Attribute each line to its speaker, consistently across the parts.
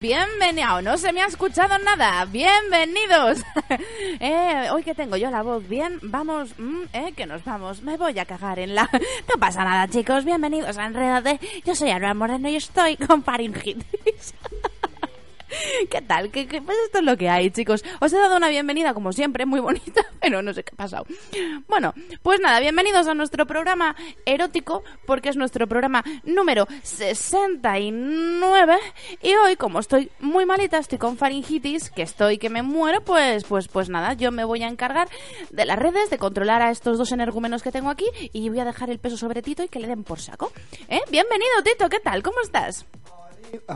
Speaker 1: Bienvenido, no se me ha escuchado nada. Bienvenidos. eh, hoy que tengo yo la voz bien, vamos, mm, eh, que nos vamos. Me voy a cagar en la. No pasa nada, chicos. Bienvenidos a Enredate. Yo soy Anuel Moreno y estoy con faringitis. ¿Qué tal? ¿Qué, qué? Pues esto es lo que hay, chicos. Os he dado una bienvenida, como siempre, muy bonita, pero no sé qué ha pasado. Bueno, pues nada, bienvenidos a nuestro programa erótico, porque es nuestro programa número 69. Y hoy, como estoy muy malita, estoy con faringitis, que estoy que me muero, pues, pues, pues nada, yo me voy a encargar de las redes, de controlar a estos dos energúmenos que tengo aquí, y voy a dejar el peso sobre Tito y que le den por saco. ¿Eh? Bienvenido, Tito, ¿qué tal? ¿Cómo estás?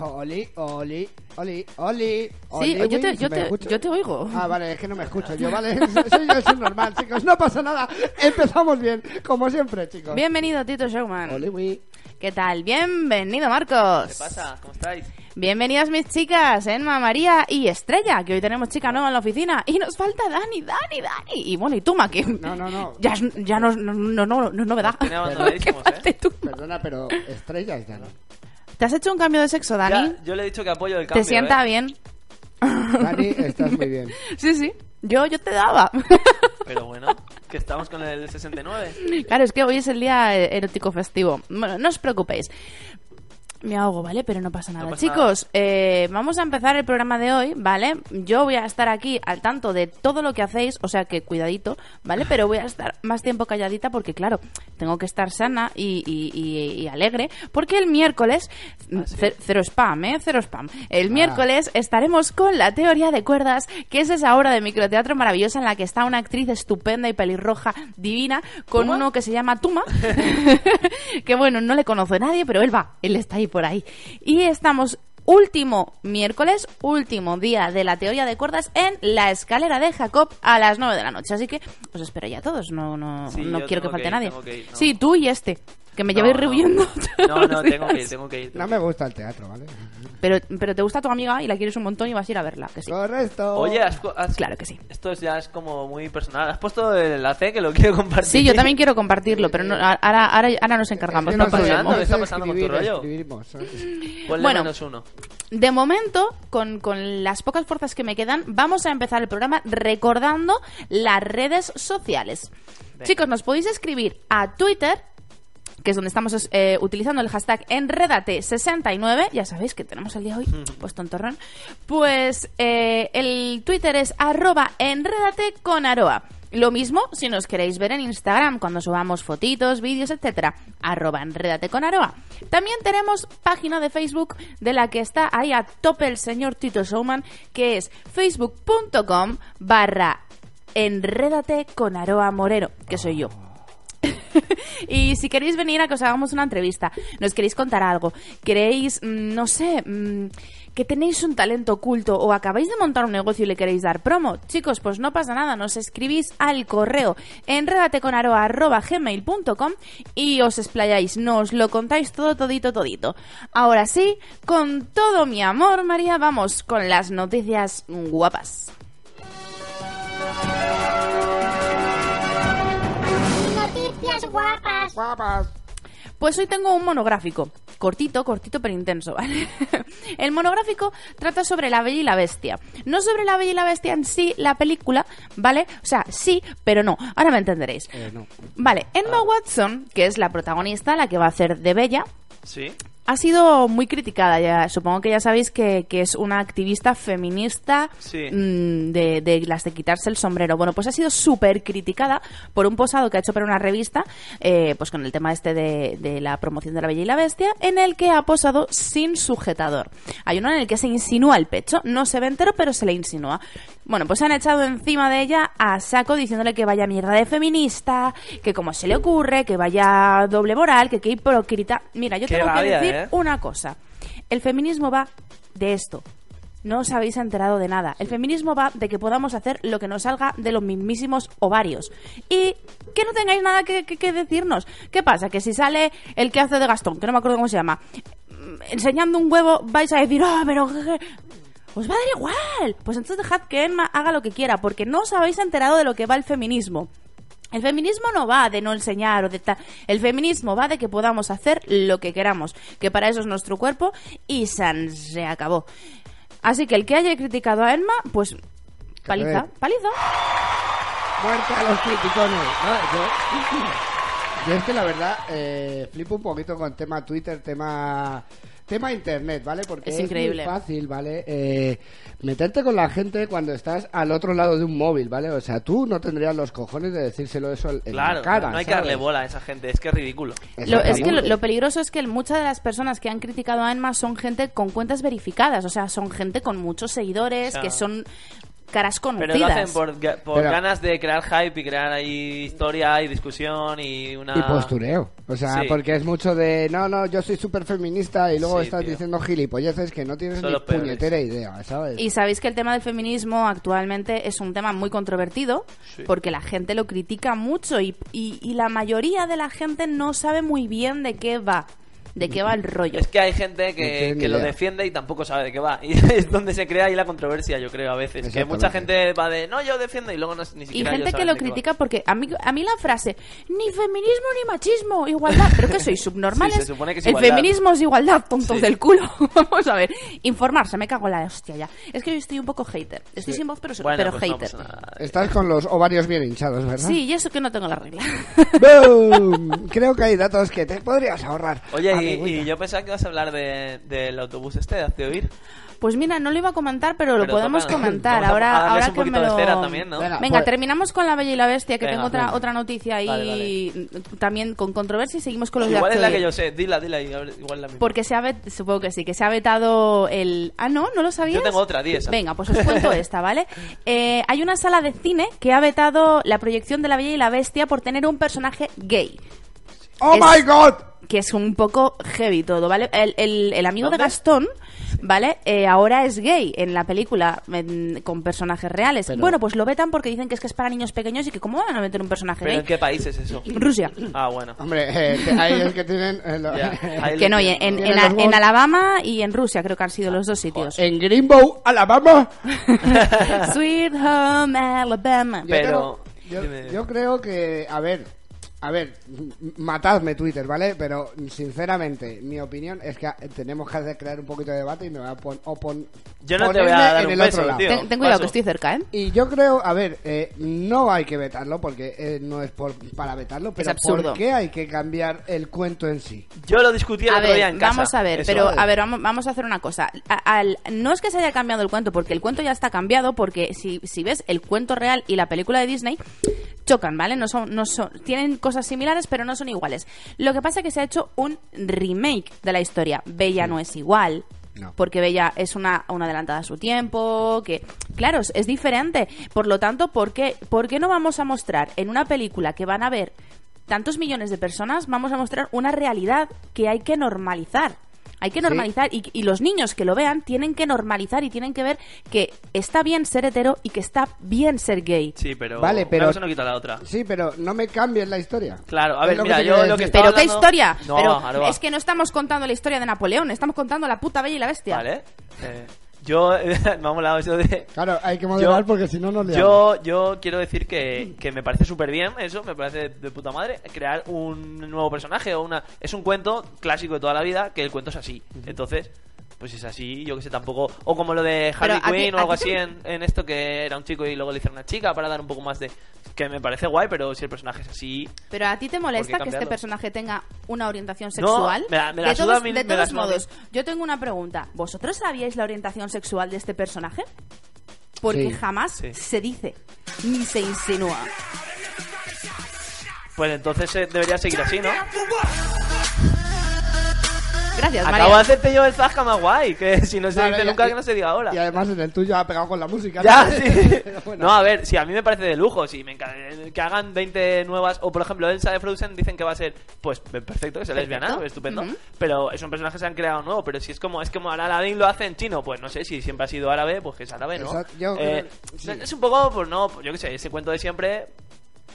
Speaker 2: Oli, oli, oli, oli.
Speaker 1: Sí, yo te, yo, te, yo te oigo.
Speaker 2: Ah, vale, es que no me escucho yo, ¿vale? Soy, soy yo, soy normal, chicos. No pasa nada. Empezamos bien, como siempre, chicos.
Speaker 1: Bienvenido, Tito Showman.
Speaker 2: Oli, wi.
Speaker 1: ¿Qué tal? Bienvenido, Marcos.
Speaker 3: ¿Qué pasa? ¿Cómo estáis?
Speaker 1: Bienvenidas mis chicas, Enma, María y Estrella, que hoy tenemos chica nueva en la oficina. Y nos falta Dani, Dani, Dani. Y bueno, y Tuma, que
Speaker 2: No, no, no.
Speaker 1: ya, es- ya no, no, no, no, no es novedad.
Speaker 3: Tiene abandonadísimos,
Speaker 1: Que falte
Speaker 3: ¿eh?
Speaker 1: Tuma.
Speaker 2: Perdona, pero estrellas ya no.
Speaker 1: ¿Te has hecho un cambio de sexo, Dani?
Speaker 3: Ya, yo le he dicho que apoyo el cambio.
Speaker 1: ¿Te sienta
Speaker 3: ¿eh?
Speaker 1: bien?
Speaker 2: Dani, estás muy bien.
Speaker 1: Sí, sí. Yo, yo te daba.
Speaker 3: Pero bueno, que estamos con el 69.
Speaker 1: Claro, es que hoy es el día eh, erótico festivo. Bueno, no os preocupéis. Me ahogo, ¿vale? Pero no pasa nada.
Speaker 3: pasa
Speaker 1: Chicos, eh, vamos a empezar el programa de hoy, ¿vale? Yo voy a estar aquí al tanto de todo lo que hacéis, o sea que cuidadito, ¿vale? Pero voy a estar más tiempo calladita porque, claro, tengo que estar sana y, y- y- y alegre, porque el miércoles, ce- cero spam, ¿eh? Cero spam. El miércoles estaremos con la teoría de cuerdas, que es esa obra de microteatro maravillosa en la que está una actriz estupenda y pelirroja divina con uno que se llama Tuma, que bueno, no le conoce nadie, pero él va, él está ahí por ahí. Y estamos último miércoles, último día de la teoría de cuerdas en la escalera de Jacob a las 9 de la noche. Así que os espero ya a todos, no, no,
Speaker 3: Sí,
Speaker 1: no
Speaker 3: yo
Speaker 1: quiero que
Speaker 3: tengo
Speaker 1: falte
Speaker 3: que ir,
Speaker 1: nadie.
Speaker 3: tengo que ir, no.
Speaker 1: Sí, tú y este, que me
Speaker 3: No,
Speaker 1: lleváis
Speaker 3: no.
Speaker 1: rehuyendo.
Speaker 3: No, no, tengo que ir,
Speaker 1: días.
Speaker 3: tengo que ir.
Speaker 2: No me gusta el teatro, ¿vale?
Speaker 1: Pero, pero te gusta tu amiga y la quieres un montón y vas a ir a verla, que sí.
Speaker 2: Correcto.
Speaker 3: Oye, has, has-
Speaker 1: Claro que sí.
Speaker 3: Esto es- ya es como muy personal. Has puesto el enlace que lo quiero compartir.
Speaker 1: Sí, yo también quiero compartido, pero no- ahora, ahora, ahora nos encargamos.
Speaker 2: ¿Qué
Speaker 1: no
Speaker 3: sé,
Speaker 1: podemos.
Speaker 3: ¿no? ¿Qué está pasando con tu rollo? Ponle
Speaker 1: Bueno.
Speaker 3: menos uno.
Speaker 1: De momento, con, con las pocas fuerzas que me quedan, vamos a empezar el programa recordando las redes sociales.
Speaker 3: Venga.
Speaker 1: Chicos, nos podéis escribir a Twitter, que es donde estamos eh, utilizando el hashtag enredate69, ya sabéis que tenemos el día hoy, pues tontorrón, pues eh, el Twitter es arroba enredate con aroa. Lo mismo si nos queréis ver en Instagram cuando subamos fotitos, vídeos, etcétera, arroba enredate con aroa. También tenemos página de Facebook de la que está ahí a tope el señor Tito Showman, que es facebook.com barra enrédate con aroa moreno, que soy yo. Y si queréis venir a que os hagamos una entrevista, nos queréis contar algo, queréis, mm, no sé, mm, que tenéis un talento oculto o acabáis de montar un negocio y le queréis dar promo, chicos, pues no pasa nada, nos escribís al correo enredateconaroa.gmail.com y os explayáis, nos lo contáis todo, todito, todito. Ahora sí, con todo mi amor, María, vamos con las noticias guapas.
Speaker 4: Noticias guapas.
Speaker 1: Pues hoy tengo un monográfico, cortito, cortito pero intenso, ¿vale? El monográfico trata sobre la Bella y la Bestia. No sobre la Bella y la Bestia en sí, la película, ¿vale? O sea, sí, pero no. Ahora me entenderéis. Vale, Emma Watson, que es la protagonista, la que va a hacer de Bella,
Speaker 3: Sí.
Speaker 1: ha sido muy criticada. Ya, supongo que ya sabéis que, que es una activista feminista
Speaker 3: Sí.
Speaker 1: mm, de, de las de quitarse el sombrero. Bueno, pues ha sido súper criticada por un posado que ha hecho para una revista, eh, pues con el tema este de, de la promoción de la Bella y la Bestia, en el que ha posado sin sujetador. Hay uno en el que se insinúa el pecho, no se ve entero, pero se le insinúa. Bueno, pues han echado encima de ella a saco diciéndole que vaya mierda de feminista, que como se le ocurre, que vaya doble moral, que qué hipócrita. Mira, yo
Speaker 3: Qué
Speaker 1: tengo que
Speaker 3: rabia,
Speaker 1: decir
Speaker 3: ¿eh?
Speaker 1: una cosa. El feminismo va de esto, No os habéis enterado de nada. El feminismo va de que podamos hacer lo que nos salga de los mismísimos ovarios. Y que no tengáis nada que, que- que decirnos. ¿Qué pasa? Que si sale el que hace de Gastón, que no me acuerdo cómo se llama, mm, enseñando un huevo, vais a decir, ah, pero... je, je". Os va a dar igual. Pues entonces dejad que Emma haga lo que quiera, porque no os habéis enterado de lo que va el feminismo. El feminismo no va de no enseñar o de tal. El feminismo va de que podamos hacer lo que queramos, que para eso es nuestro cuerpo y san se acabó. Así que el que haya criticado a Emma, pues paliza,
Speaker 2: ver.
Speaker 1: paliza.
Speaker 2: Muerte a los criticones. No, yo, yo es que la verdad eh, flipo un poquito con tema Twitter, tema tema internet, ¿vale? Porque
Speaker 1: Es
Speaker 2: es, muy
Speaker 1: increíble.
Speaker 2: fácil, ¿vale? Eh, meterte con la gente cuando estás al otro lado de un móvil, ¿vale? O sea, tú no tendrías los cojones de decírselo eso en
Speaker 3: Claro,
Speaker 2: la cara.
Speaker 3: no hay que
Speaker 2: ¿sabes?
Speaker 3: darle bola a esa gente, es que es ridículo.
Speaker 1: Lo- es que lo,
Speaker 2: Exactamente.
Speaker 1: lo peligroso es que el- muchas de las personas que han criticado a Emma son gente con cuentas verificadas, o sea, son gente con muchos seguidores,
Speaker 3: Claro.
Speaker 1: que son caras
Speaker 3: Pero
Speaker 1: conocidas.
Speaker 3: lo hacen por, ga- por
Speaker 2: Pero-
Speaker 3: ganas de crear hype y crear ahí historia y discusión y una...
Speaker 2: Y postureo. O sea,
Speaker 3: Sí.
Speaker 2: porque es mucho de, no, no, yo soy súper feminista y luego
Speaker 3: Sí,
Speaker 2: estás
Speaker 3: tío.
Speaker 2: diciendo gilipolleces que no tienes
Speaker 3: Son
Speaker 2: ni
Speaker 3: los peores.
Speaker 2: puñetera idea, ¿sabes?
Speaker 1: Y sabéis que el tema del feminismo actualmente es un tema muy controvertido
Speaker 3: Sí.
Speaker 1: porque la gente lo critica mucho y, y- y la mayoría de la gente no sabe muy bien de qué va, de qué va el rollo.
Speaker 3: Es que hay gente
Speaker 2: No
Speaker 3: que,
Speaker 2: tiene ni
Speaker 3: que lo
Speaker 2: idea.
Speaker 3: defiende y tampoco sabe de qué va. Y es donde se crea ahí la controversia, yo creo, a veces. Que
Speaker 2: Exactamente.
Speaker 3: mucha gente va de, no, yo defiendo y luego no, ni
Speaker 1: Y
Speaker 3: siquiera ellos
Speaker 1: gente que
Speaker 3: saben
Speaker 1: lo
Speaker 3: de qué va.
Speaker 1: critica porque a mí, a mí la frase, ni feminismo ni machismo, igualdad, pero que soy subnormales.
Speaker 3: Sí, se supone que es
Speaker 1: el
Speaker 3: igualdad.
Speaker 1: feminismo es igualdad, tontos
Speaker 3: Sí.
Speaker 1: del culo. Vamos a ver, informarse, me cago en la hostia ya. Es que yo estoy un poco hater. Estoy sin voz, pero, soy-
Speaker 3: Bueno,
Speaker 1: pero
Speaker 3: pues no
Speaker 1: hater.
Speaker 3: pasa nada.
Speaker 2: Estás con los ovarios bien hinchados, ¿verdad?
Speaker 1: sí, y eso que no tengo la regla.
Speaker 2: ¡Boom! Creo que hay datos que te podrías ahorrar.
Speaker 3: Oye, y- y,
Speaker 2: amiguita.
Speaker 3: yo pensaba que ibas a hablar de- del autobús este, de hazte oír.
Speaker 1: Pues mira, no lo iba a comentar, pero, lo
Speaker 3: Pero
Speaker 1: podemos
Speaker 3: toca, ¿no?
Speaker 1: comentar.
Speaker 3: Vamos a- a
Speaker 1: Ahora,
Speaker 3: darles
Speaker 1: ahora
Speaker 3: un
Speaker 1: que
Speaker 3: poquito
Speaker 1: me
Speaker 3: de
Speaker 1: lo...
Speaker 3: cera también, ¿no?
Speaker 2: Venga,
Speaker 1: Venga,
Speaker 2: pues-
Speaker 1: terminamos con La Bella y la Bestia, que
Speaker 3: Venga,
Speaker 1: tengo otra,
Speaker 3: venga.
Speaker 1: otra noticia ahí
Speaker 3: Vale,
Speaker 1: también con controversia y seguimos con los de
Speaker 3: Igual es la
Speaker 1: Azteoir.
Speaker 3: que yo sé, dila, dila, y a ver, igual la misma.
Speaker 1: Porque se ha vet- supongo que sí, que se ha vetado el... Ah, no, ¿no lo sabías?
Speaker 3: Yo tengo otra, di esa.
Speaker 1: Venga, pues os cuento esta, ¿vale? Eh, hay una sala de cine que ha vetado la proyección de La Bella y la Bestia por tener un personaje gay.
Speaker 2: ¡Oh,
Speaker 1: es-
Speaker 2: my God!
Speaker 1: que es un poco heavy todo, ¿vale? El, el- el amigo de
Speaker 3: ¿Dónde?
Speaker 1: Gastón, ¿vale? Eh, ahora es gay en la película en- con personajes reales. Bueno, pues lo vetan porque dicen que es que es para niños pequeños y que cómo van a meter un personaje
Speaker 3: ¿Pero en
Speaker 1: gay.
Speaker 3: qué país es eso?
Speaker 1: Rusia.
Speaker 3: Ah, bueno.
Speaker 2: Hombre, eh, que hay el que tienen... eh, lo-
Speaker 3: Ya, ahí
Speaker 1: Que
Speaker 3: lo
Speaker 1: no, y en,
Speaker 3: tienen.
Speaker 1: en-
Speaker 2: Tiene
Speaker 1: en-
Speaker 2: los huevos.
Speaker 1: en Alabama y en Rusia creo que han sido los dos sitios.
Speaker 2: En Greenbow, Alabama.
Speaker 1: Sweet Home Alabama.
Speaker 2: Yo
Speaker 3: Pero-
Speaker 2: tengo- yo,
Speaker 3: dime.
Speaker 2: yo creo que, a ver, a ver, m- matadme Twitter, ¿vale? Pero sinceramente, mi opinión es que eh, tenemos que hacer crear un poquito de debate y me voy a pon- o pon-
Speaker 3: Yo no te
Speaker 2: ponerme
Speaker 3: voy a dar
Speaker 2: en
Speaker 3: un
Speaker 2: el
Speaker 3: beso,
Speaker 2: otro lado.
Speaker 3: tío.
Speaker 1: Ten, ten cuidado
Speaker 3: Paso.
Speaker 1: que estoy cerca, ¿eh?
Speaker 2: Y yo creo, a ver, eh, no hay que vetarlo porque eh, no es por, para vetarlo, pero
Speaker 1: absurdo.
Speaker 2: ¿por qué hay que cambiar el cuento en sí?
Speaker 3: Yo lo discutí el
Speaker 1: A
Speaker 3: otro día
Speaker 1: ver,
Speaker 3: en casa.
Speaker 1: vamos a ver,
Speaker 3: eso.
Speaker 1: pero a ver, vamos, vamos a hacer una cosa. A- al- no es que se haya cambiado el cuento, porque el cuento ya está cambiado, porque si, si ves el cuento real y la película de Disney chocan, ¿vale? No son, no son, tienen cosas similares, pero no son iguales. Lo que pasa es que se ha hecho un remake de la historia. Bella no es igual.
Speaker 2: No.
Speaker 1: Porque Bella es una, una adelantada a su tiempo, que claro, es- es diferente. Por lo tanto, ¿por qué, ¿por qué no vamos a mostrar en una película que van a ver tantos millones de personas, vamos a mostrar una realidad que hay que normalizar? Hay que normalizar y, y los niños que lo vean tienen que normalizar y tienen que ver que está bien ser hetero y que está bien ser gay.
Speaker 3: Sí, pero,
Speaker 2: Vale, pero-
Speaker 3: una cosa no quita la otra.
Speaker 2: Sí, pero no me cambies la historia.
Speaker 3: Claro, a
Speaker 2: Es
Speaker 3: ver,
Speaker 2: lo que
Speaker 3: mira,
Speaker 2: te
Speaker 3: yo
Speaker 2: quiero
Speaker 3: lo que
Speaker 2: decir.
Speaker 3: estaba
Speaker 1: Pero qué
Speaker 3: hablando-
Speaker 1: historia.
Speaker 3: No,
Speaker 1: Pero
Speaker 3: Aroa.
Speaker 1: es que no estamos contando la historia de Napoleón, estamos contando la puta bella y la bestia.
Speaker 3: Vale. eh, yo, me ha molado eso de...
Speaker 2: Claro, hay que moderar
Speaker 3: Yo-
Speaker 2: porque si no nos liamos.
Speaker 3: Yo, yo quiero decir que, que me parece súper bien eso, me parece de puta madre crear un nuevo personaje o una... Es un cuento clásico de toda la vida que el cuento es así. Entonces, pues es así, yo que sé tampoco... O como lo de
Speaker 1: Pero
Speaker 3: Harley
Speaker 1: a ti-
Speaker 3: Quinn
Speaker 1: a
Speaker 3: o algo
Speaker 1: ti
Speaker 3: así en, en esto que era un chico y luego le hicieron una chica para dar un poco más de... Que me parece guay, pero si el personaje es así...
Speaker 1: Pero a ti te
Speaker 3: ¿Por
Speaker 1: molesta
Speaker 3: qué
Speaker 1: que este
Speaker 3: cambiarlo?
Speaker 1: personaje tenga una orientación sexual.
Speaker 3: me la- me la
Speaker 1: de
Speaker 3: suda
Speaker 1: todos,
Speaker 3: a mí,
Speaker 1: de
Speaker 3: me la
Speaker 1: todos
Speaker 3: suda a mí.
Speaker 1: modos, yo tengo una pregunta. ¿Vosotros sabíais la orientación sexual de este personaje? Porque
Speaker 2: Sí.
Speaker 1: jamás
Speaker 3: Sí.
Speaker 1: se dice ni se insinúa.
Speaker 3: Pues entonces eh, debería seguir así, ¿no?
Speaker 1: Gracias, María.
Speaker 3: Acabo de hacerte yo el zasca más guay, que si no se
Speaker 2: Claro,
Speaker 3: dice
Speaker 2: ya-
Speaker 3: nunca, que no se diga ahora.
Speaker 2: Y además en el tuyo ha pegado con la música.
Speaker 3: Ya,
Speaker 2: ¿no?
Speaker 3: sí.
Speaker 2: Bueno.
Speaker 3: No, a ver, si a mí me parece de lujo, si me enca- que hagan 20 nuevas, o por ejemplo Elsa de Frozen dicen que va a ser, pues perfecto, que sea lesbiana,
Speaker 1: Perfecto.
Speaker 3: estupendo,
Speaker 1: Ujú.
Speaker 3: pero es un personaje que se han creado nuevo, pero si es como, es como ahora Aladdin lo hace en chino, pues no sé, si siempre ha sido árabe, pues que es árabe, ¿no?
Speaker 2: Exacto, yo
Speaker 3: Eh,
Speaker 2: creo- sí.
Speaker 3: Es un poco, pues no, pues yo qué sé, ese cuento de siempre...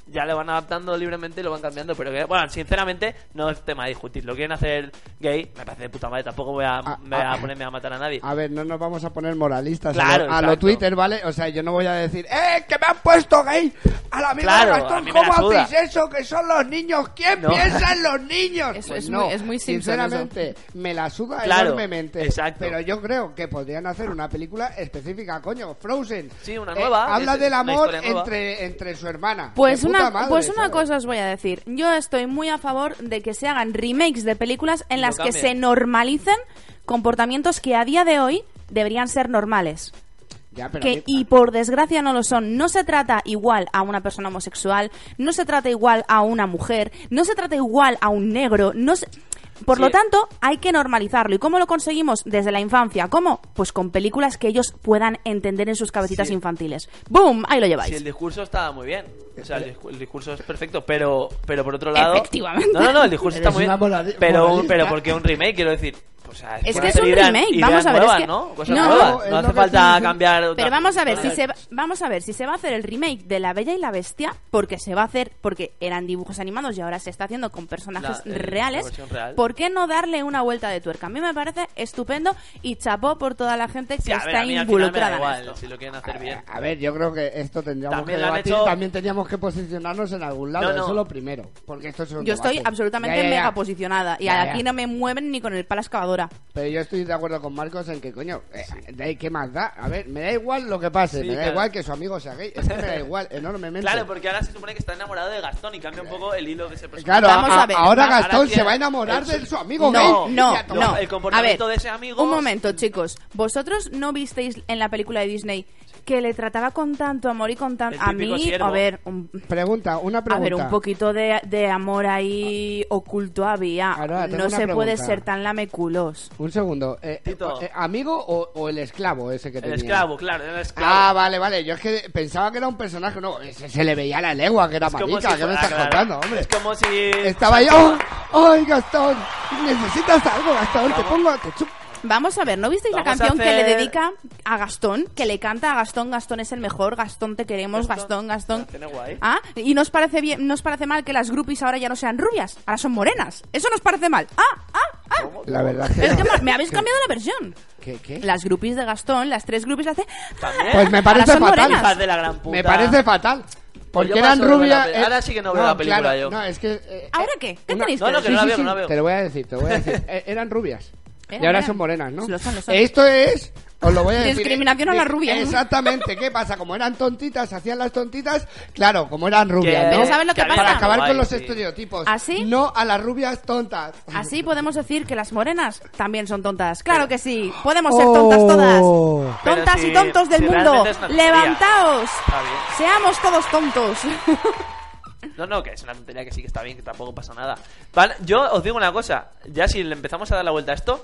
Speaker 3: Ya le van adaptando libremente y lo van cambiando, pero que, bueno, sinceramente no es tema de discutir. Lo quieren hacer gay, me parece de puta madre, tampoco voy a,
Speaker 2: Ah,
Speaker 3: me voy
Speaker 2: ah.
Speaker 3: a ponerme a matar a nadie.
Speaker 2: A ver, no nos vamos a poner moralistas
Speaker 3: Claro,
Speaker 2: a, lo, a lo
Speaker 3: exacto.
Speaker 2: Twitter, ¿vale? O sea, yo no voy a decir, ¡eh, que me han puesto gay! A la amiga
Speaker 3: Claro,
Speaker 2: de
Speaker 3: a
Speaker 2: Gastón,
Speaker 3: mí me la
Speaker 2: ¿cómo
Speaker 3: suda.
Speaker 2: hacéis eso? Que son los niños, ¿quién
Speaker 3: No.
Speaker 2: piensa en los niños?
Speaker 1: Eso
Speaker 2: Pues
Speaker 1: es
Speaker 2: no,
Speaker 1: muy- es muy Simpson,
Speaker 2: Sinceramente, me la suda
Speaker 3: Claro,
Speaker 2: enormemente.
Speaker 3: exacto.
Speaker 2: Pero yo creo que podrían hacer una película específica, coño, Frozen. Eh,
Speaker 3: Sí, una nueva,
Speaker 2: habla
Speaker 3: es-
Speaker 2: del
Speaker 3: una
Speaker 2: amor
Speaker 3: historia nueva.
Speaker 2: entre, entre su hermana.
Speaker 1: Pues
Speaker 2: De
Speaker 1: una,
Speaker 2: puta madre,
Speaker 1: pues una
Speaker 2: ¿sabes?
Speaker 1: cosa os voy a decir. Yo estoy muy a favor de que se hagan remakes de películas en
Speaker 3: Lo
Speaker 1: las que
Speaker 3: cambien.
Speaker 1: se normalicen comportamientos que a día de hoy deberían ser normales.
Speaker 2: Ya, pero a
Speaker 1: que,
Speaker 2: mí-
Speaker 1: y por desgracia no lo son. No se trata igual a una persona homosexual, no se trata igual a una mujer, no se trata igual a un negro, no se- Por
Speaker 3: Sí.
Speaker 1: lo tanto, hay que normalizarlo. ¿Y cómo lo conseguimos? Desde la infancia. ¿Cómo? Pues con películas que ellos puedan entender en sus cabecitas
Speaker 3: Sí.
Speaker 1: infantiles. ¡Boom! Ahí lo lleváis.
Speaker 3: Si el discurso estaba muy bien. O sea, el, discu- el discurso es perfecto, pero, pero por otro lado.
Speaker 1: Efectivamente.
Speaker 3: No, no, no, el discurso
Speaker 2: Eres
Speaker 3: está muy
Speaker 2: una
Speaker 3: bien.
Speaker 2: morali-
Speaker 3: pero,
Speaker 2: moralista.
Speaker 3: pero porque un remake, quiero decir. O sea,
Speaker 1: Es
Speaker 3: por
Speaker 1: que es
Speaker 3: hacer
Speaker 1: un
Speaker 3: ideas-
Speaker 1: remake,
Speaker 3: ideas
Speaker 1: vamos a ver, es
Speaker 3: Nuevas,
Speaker 1: que-
Speaker 3: ¿no? Cosas
Speaker 1: no,
Speaker 3: nuevas.
Speaker 2: es
Speaker 3: No
Speaker 2: lo
Speaker 3: hace
Speaker 2: que estoy
Speaker 3: falta
Speaker 2: diciendo.
Speaker 3: cambiar. otra-
Speaker 1: Pero vamos a ver si
Speaker 3: Vale.
Speaker 1: se va- vamos a ver si se va a hacer el remake de La Bella y la Bestia, porque se va a hacer porque eran dibujos animados y ahora se está haciendo con personajes
Speaker 3: La- el- la
Speaker 1: reales.
Speaker 3: versión real.
Speaker 1: ¿Por qué no darle una vuelta de tuerca? A mí me parece estupendo y chapó por toda la gente que
Speaker 3: Sí, a ver,
Speaker 1: está
Speaker 3: a mí al final me da
Speaker 1: involucrada
Speaker 3: igual,
Speaker 1: en esto.
Speaker 3: Si lo quieren hacer bien.
Speaker 2: A ver, yo creo que esto tendríamos
Speaker 3: También
Speaker 2: que
Speaker 3: lo han
Speaker 2: debatir,
Speaker 3: hecho-
Speaker 2: también teníamos que posicionarnos en algún lado,
Speaker 3: No, no.
Speaker 2: eso es lo primero, porque esto es un
Speaker 1: Yo estoy
Speaker 2: debate.
Speaker 1: absolutamente
Speaker 2: Ya, ya, ya.
Speaker 1: mega posicionada y
Speaker 2: Ya, ya.
Speaker 1: aquí no me mueven ni con el pala excavadora.
Speaker 2: Pero yo estoy de acuerdo con Marcos en que, coño, eh, de ahí, ¿qué más da? A ver, me da igual lo que pase,
Speaker 3: Sí,
Speaker 2: me da
Speaker 3: claro.
Speaker 2: igual que su amigo sea gay, es que me da igual enormemente.
Speaker 3: Claro, porque ahora se supone que está enamorado de Gastón y cambia un poco el hilo de ese personaje.
Speaker 2: Eh, Claro, ah,
Speaker 1: Vamos
Speaker 2: a-
Speaker 1: a ver.
Speaker 2: ahora
Speaker 3: Ahora Eh,
Speaker 2: Gastón se
Speaker 3: tiene-
Speaker 2: va a enamorar de
Speaker 3: el-
Speaker 2: su amigo
Speaker 1: no,
Speaker 2: gay.
Speaker 1: no,
Speaker 2: Y a tomar-
Speaker 1: no.
Speaker 3: El comportamiento
Speaker 1: A ver,
Speaker 3: de ese amigo-
Speaker 1: Un momento, chicos. ¿Vosotros no visteis en la película de Disney que le trataba con tanto amor y con tanto.
Speaker 3: El
Speaker 1: A
Speaker 3: típico
Speaker 1: mí,
Speaker 3: siervo.
Speaker 1: a ver, un,
Speaker 2: Pregunta, una
Speaker 1: A
Speaker 2: pregunta.
Speaker 1: ver, un poquito de, de amor ahí oculto había.
Speaker 2: Ahora, tengo
Speaker 1: no
Speaker 2: una
Speaker 1: se puede
Speaker 2: pregunta.
Speaker 1: ser tan lameculos.
Speaker 2: Un segundo, eh,
Speaker 3: Tito.
Speaker 2: eh, ¿amigo o, o el esclavo ese que
Speaker 3: El
Speaker 2: tenía?
Speaker 3: esclavo, claro, el esclavo.
Speaker 2: Ah, vale, vale. Yo es que pensaba que era un personaje. No, se, se le veía la lengua, que era
Speaker 3: Es como
Speaker 2: marica.
Speaker 3: si
Speaker 2: ¿Qué me
Speaker 3: fuera-
Speaker 2: estás
Speaker 3: claro,
Speaker 2: contando, hombre?
Speaker 3: Es como si.
Speaker 2: Estaba yo. ¡Ay, Gastón! ¿Necesitas algo, Gastón? Te pongo. Te chup.
Speaker 1: Vamos a ver, ¿no visteis la
Speaker 3: Vamos a
Speaker 1: canción que le
Speaker 3: hacer-
Speaker 1: dedica a Gastón? Que le canta a Gastón, Gastón es el mejor, Gastón te queremos, Gastón,
Speaker 3: Gastón.
Speaker 1: Gastón.
Speaker 3: La tiene guay.
Speaker 1: Ah, y nos parece bien, nos parece mal que las groupies ahora ya no sean rubias, ahora son morenas. Eso nos parece mal. Ah, ah, ah.
Speaker 2: La verdad que.
Speaker 1: Es que
Speaker 2: no.
Speaker 1: me habéis cambiado la versión.
Speaker 2: ¿Qué, qué?
Speaker 1: Las groupies de Gastón, las tres groupies las de...
Speaker 3: ¿Eh? También.
Speaker 2: Pues me
Speaker 1: Ahora
Speaker 2: parece
Speaker 1: son
Speaker 2: fatal.
Speaker 1: morenas.
Speaker 3: Hijas de la gran puta. Pues
Speaker 2: Me parece fatal. Porque
Speaker 3: yo
Speaker 2: eran
Speaker 3: paso de ver la
Speaker 2: rubias.
Speaker 3: peli- ahora sí que no veo la película
Speaker 2: claro,
Speaker 3: yo.
Speaker 2: No, es que. eh,
Speaker 1: ¿Ahora
Speaker 2: eh,
Speaker 1: qué? ¿Qué
Speaker 2: una-
Speaker 1: tenéis
Speaker 3: No, no,
Speaker 1: que
Speaker 3: que
Speaker 1: decir?
Speaker 3: no la veo, no la veo.
Speaker 2: Te lo voy a decir, te lo voy a decir. Eh, eran rubias.
Speaker 1: Eran
Speaker 2: y ahora
Speaker 1: morenas.
Speaker 2: son morenas, ¿no?
Speaker 1: Lo son, lo son.
Speaker 2: Esto es. Os lo voy a decir. eh,
Speaker 1: Discriminación a las rubias.
Speaker 2: Exactamente. ¿Qué pasa? Como eran tontitas, hacían las tontitas. Claro, como eran rubias. ¿no?
Speaker 3: Que-
Speaker 1: Pero ¿sabes lo que
Speaker 3: había
Speaker 1: pasa?
Speaker 3: una
Speaker 2: Para acabar
Speaker 3: guay,
Speaker 2: con los
Speaker 3: sí.
Speaker 2: estereotipos.
Speaker 1: ¿Así?
Speaker 2: No a las rubias tontas.
Speaker 1: Así podemos decir que las morenas también son tontas. Claro que sí, podemos ser tontas
Speaker 2: Oh.
Speaker 1: todas.
Speaker 3: Pero
Speaker 1: Tontas y
Speaker 3: si-
Speaker 1: tontos del
Speaker 3: si
Speaker 1: mundo.
Speaker 3: realmente es una tontería.
Speaker 1: Levantaos.
Speaker 3: Está bien.
Speaker 1: Seamos todos tontos.
Speaker 3: No, no, que es una tontería que sí que está bien, que tampoco pasa nada. Vale, yo os digo una cosa, ya si le empezamos a dar la vuelta a esto,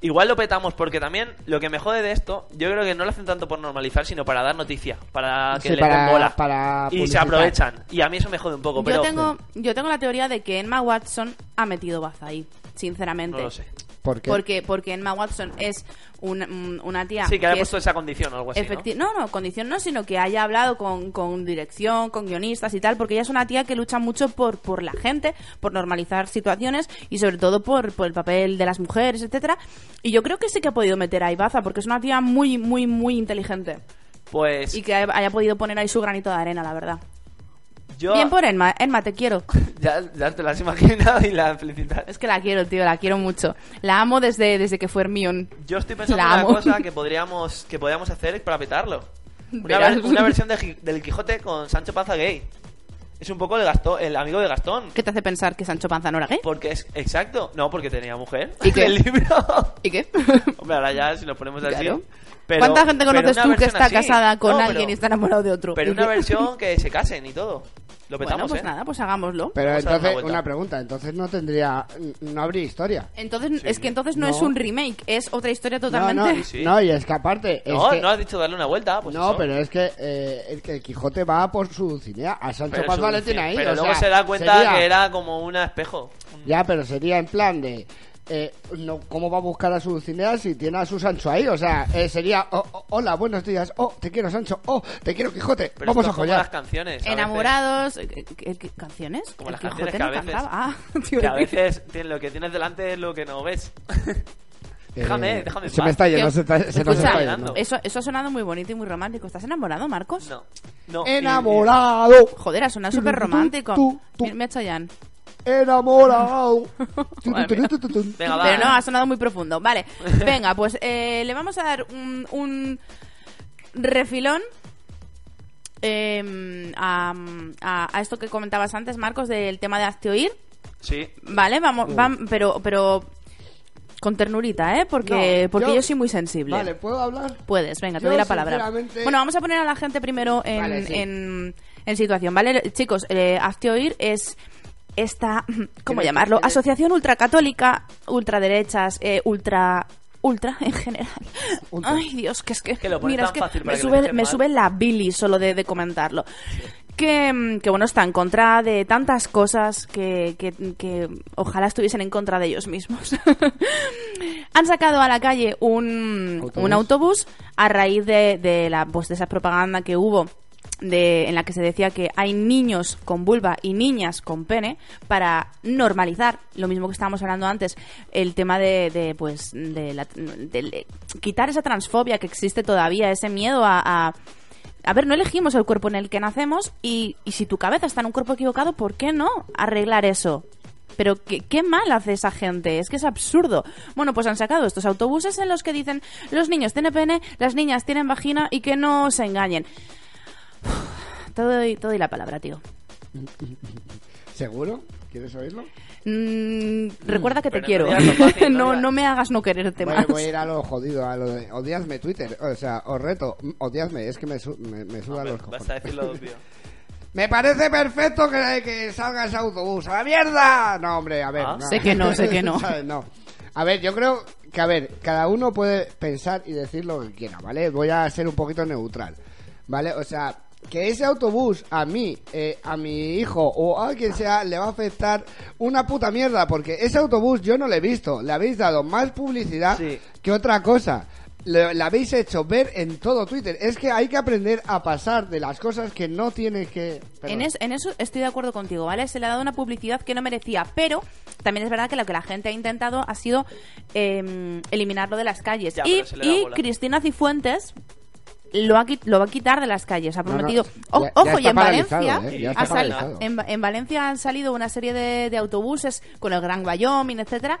Speaker 3: igual lo petamos porque también lo que me jode de esto, yo creo que no lo hacen tanto por normalizar, sino para dar noticia, para que
Speaker 2: Sí,
Speaker 3: le
Speaker 2: para-
Speaker 3: den bola.
Speaker 2: para
Speaker 3: y se
Speaker 2: publicitar.
Speaker 3: aprovechan. Y a mí eso me jode un poco, pero
Speaker 1: yo tengo yo tengo la teoría de que Emma Watson ha metido baza ahí, sinceramente.
Speaker 3: no lo sé.
Speaker 2: ¿Por qué?
Speaker 1: Porque porque Emma Watson es un- un- una tía
Speaker 3: Sí, que le ha
Speaker 1: que es
Speaker 3: puesto esa condición o algo así. Pues ¿no?
Speaker 1: Efecti- ¿no? no, condición no, sino que haya hablado con, con dirección, con guionistas y tal, porque ella es una tía que lucha mucho por, por la gente, por normalizar situaciones y sobre todo por, por el papel de las mujeres, etcétera. Y yo creo que sí que ha podido meter a Ibaza, porque es una tía muy, muy, muy inteligente
Speaker 3: Pues
Speaker 1: y que ha- haya podido poner ahí su granito de arena, la verdad.
Speaker 3: yo
Speaker 1: Bien por Enma, Enma, te quiero.
Speaker 3: ya, ya te lo has imaginado y la felicitas.
Speaker 1: Es que la quiero, tío, la quiero mucho. La amo desde, desde que fue Hermione.
Speaker 3: Yo estoy pensando
Speaker 1: La
Speaker 3: en una
Speaker 1: amo.
Speaker 3: cosa que podríamos que podríamos hacer para petarlo. Una,
Speaker 1: Verás.
Speaker 3: ver- una versión de Gi- del Quijote con Sancho Panza gay. Es un poco el, Gastón- el amigo de Gastón.
Speaker 1: ¿Qué te hace pensar que Sancho Panza no era gay?
Speaker 3: Porque es exacto. No, porque tenía mujer.
Speaker 1: ¿Y qué?
Speaker 3: El libro.
Speaker 1: ¿Y qué?
Speaker 3: Hombre, ahora ya si nos ponemos así.
Speaker 1: Claro.
Speaker 3: Pero-
Speaker 1: ¿Cuánta gente
Speaker 3: pero
Speaker 1: conoces
Speaker 3: una
Speaker 1: tú que
Speaker 3: versión
Speaker 1: está
Speaker 3: así?
Speaker 1: casada con
Speaker 3: No,
Speaker 1: alguien
Speaker 3: pero-
Speaker 1: y está enamorado de otro?
Speaker 3: Pero
Speaker 1: ¿Y
Speaker 3: una
Speaker 1: qué?
Speaker 3: versión que se casen y todo. Lo
Speaker 1: Bueno,
Speaker 3: petamos,
Speaker 1: pues
Speaker 3: ¿eh?
Speaker 1: nada, pues hagámoslo.
Speaker 2: Pero
Speaker 3: Vamos a dar
Speaker 2: entonces,
Speaker 3: una vuelta.
Speaker 2: una pregunta, entonces no tendría, n- no habría historia.
Speaker 1: Entonces, es que entonces no,
Speaker 2: No.
Speaker 1: es un remake, es otra historia
Speaker 2: No,
Speaker 1: totalmente.
Speaker 2: no,
Speaker 3: Sí.
Speaker 2: no, y es que aparte... es
Speaker 3: No,
Speaker 2: que-
Speaker 3: no has dicho darle una vuelta. Pues
Speaker 2: no,
Speaker 3: eso.
Speaker 2: pero es que eh, el, que el Quijote va por su Dulcinea, a Sancho
Speaker 3: Pero
Speaker 2: Paz
Speaker 3: su-
Speaker 2: Valentín ahí.
Speaker 3: Pero
Speaker 2: o
Speaker 3: luego
Speaker 2: sea,
Speaker 3: se da cuenta
Speaker 2: sería-
Speaker 3: que era como un espejo. Un-
Speaker 2: Ya, pero sería en plan de... eh, no, ¿Cómo va a buscar a su Dulcinea si tiene a su Sancho ahí? O sea, eh, sería... oh, oh, hola, buenos días. Oh, te quiero Sancho. Oh, te quiero Quijote.
Speaker 3: Pero
Speaker 2: Vamos
Speaker 3: esto
Speaker 2: a
Speaker 3: es como
Speaker 2: joyar.
Speaker 3: las canciones. a
Speaker 1: Enamorados, eh, eh, eh, ¿canciones?
Speaker 3: Como
Speaker 1: El
Speaker 3: las
Speaker 1: Quijote
Speaker 3: canciones que
Speaker 1: no
Speaker 3: a veces-
Speaker 1: cantaba. Ah, te iba
Speaker 3: veces- que a
Speaker 1: a decir.
Speaker 3: veces tien- lo que tienes delante es lo que no ves.
Speaker 2: Eh,
Speaker 3: déjame, déjame. en
Speaker 2: Se me
Speaker 3: paz.
Speaker 2: está yendo,
Speaker 1: Que-
Speaker 2: se, está- se nos
Speaker 1: Escucha,
Speaker 2: está
Speaker 3: Escucha, Eh,
Speaker 2: yendo.
Speaker 1: Eso, eso ha sonado muy bonito y muy romántico. ¿Estás enamorado, Marcos?
Speaker 3: No, no. y- y-
Speaker 2: Enamorado,
Speaker 3: eh,
Speaker 1: Joder, ha sonado súper
Speaker 2: Tú,
Speaker 1: romántico.
Speaker 2: tú.
Speaker 1: Me ha hecho Jan.
Speaker 2: enamorado.
Speaker 1: Madre mía.
Speaker 3: Venga, va.
Speaker 1: Pero no, ha sonado muy profundo. Vale, venga, pues eh, le vamos a dar un, un refilón eh, a, a- a esto que comentabas antes, Marcos, del tema de hazte oír.
Speaker 3: Sí.
Speaker 1: Vale, vamos, vam- pero, pero con ternurita, ¿eh? Porque,
Speaker 2: No,
Speaker 1: porque yo...
Speaker 2: yo-
Speaker 1: soy muy sensible.
Speaker 2: Vale, ¿puedo hablar?
Speaker 1: Puedes, venga, te
Speaker 2: Yo,
Speaker 1: doy la palabra.
Speaker 2: sinceramente-
Speaker 1: Bueno, vamos a poner a la gente primero en,
Speaker 2: Vale, sí.
Speaker 1: en, en situación, ¿vale? Chicos, eh, Hazte Oír es esta, ¿cómo
Speaker 2: Tiene-
Speaker 1: llamarlo?
Speaker 2: tiene-
Speaker 1: Asociación ultracatólica, ultraderechas, eh, ultra... Ultra en general.
Speaker 2: Ultra.
Speaker 1: Ay, Dios, que es que.
Speaker 3: Que lo pones
Speaker 1: mira, es
Speaker 3: tan
Speaker 1: que
Speaker 3: fácil para
Speaker 1: me,
Speaker 3: que lo
Speaker 1: sube,
Speaker 3: dejes
Speaker 1: me
Speaker 3: mal.
Speaker 1: sube la bilis solo de, de comentarlo. Que, mm, que, bueno, está en contra de tantas cosas que, que, que ojalá estuviesen en contra de ellos mismos. Han sacado a la calle un
Speaker 2: Autobús.
Speaker 1: un autobús a raíz de, de la pues, de esa propaganda que hubo de, en la que se decía que hay niños con vulva y niñas con pene para normalizar lo mismo que estábamos hablando antes el tema de, de, pues de, la- de- quitar esa transfobia que existe todavía ese miedo a, a a ver, no elegimos el cuerpo en el que nacemos y, y si tu cabeza está en un cuerpo equivocado, ¿por qué no arreglar eso? Pero qué, qué mal hace esa gente, es que es absurdo. Bueno, pues han sacado estos autobuses en los que dicen los niños tienen pene, las niñas tienen vagina y que no se engañen. Uf, Te doy, te doy la palabra, tío.
Speaker 2: ¿Seguro? ¿Quieres oírlo?
Speaker 1: Mm, recuerda que te
Speaker 3: Pero no
Speaker 1: quiero.
Speaker 3: digas lo fácil, no
Speaker 1: no,
Speaker 3: digas.
Speaker 1: no me hagas no quererte
Speaker 2: Voy,
Speaker 1: más.
Speaker 2: voy a ir a lo jodido, a lo de odiadme Twitter. O sea, os reto, mm, odiadme, es que me, su- me, me suda los cojones.
Speaker 3: Vas a decirlo, tío.
Speaker 2: Me parece perfecto que, que salga ese autobús. ¡A la mierda! No, hombre, a ver.
Speaker 3: Ah.
Speaker 2: no.
Speaker 1: Sé que no, sé que no.
Speaker 2: ¿Sabes? No. A ver, yo creo que, a ver, cada uno puede pensar y decir lo que quiera, ¿vale? Voy a ser un poquito neutral, ¿vale? O sea, que ese autobús a mí, eh, a mi hijo o a quien sea le va a afectar una puta mierda, porque ese autobús yo no lo he visto. Le habéis dado más publicidad
Speaker 3: Sí.
Speaker 2: que otra cosa. Lo, la habéis hecho ver en todo Twitter. Es que hay que aprender a pasar de las cosas que no tienes que...
Speaker 1: En,
Speaker 2: Perdón.
Speaker 1: es- en eso estoy de acuerdo contigo, ¿vale? Se le ha dado una publicidad que no merecía, pero también es verdad que lo que la gente ha intentado ha sido eh, eliminarlo de las calles.
Speaker 3: Ya,
Speaker 1: y
Speaker 3: pero se le da
Speaker 1: y
Speaker 3: bola.
Speaker 1: Cristina Cifuentes lo, ha qui- lo va a quitar de las calles, ha
Speaker 2: No, no,
Speaker 1: prometido.
Speaker 2: ya-
Speaker 1: O-
Speaker 2: ya
Speaker 1: Ojo, y
Speaker 2: está
Speaker 1: en
Speaker 2: paralizado,
Speaker 1: Valencia,
Speaker 2: ¿eh? Ya
Speaker 3: está
Speaker 1: ha sali-
Speaker 2: paralizado.
Speaker 1: en, en Valencia han salido una serie de, de autobuses con el Gran Wyoming, etcétera.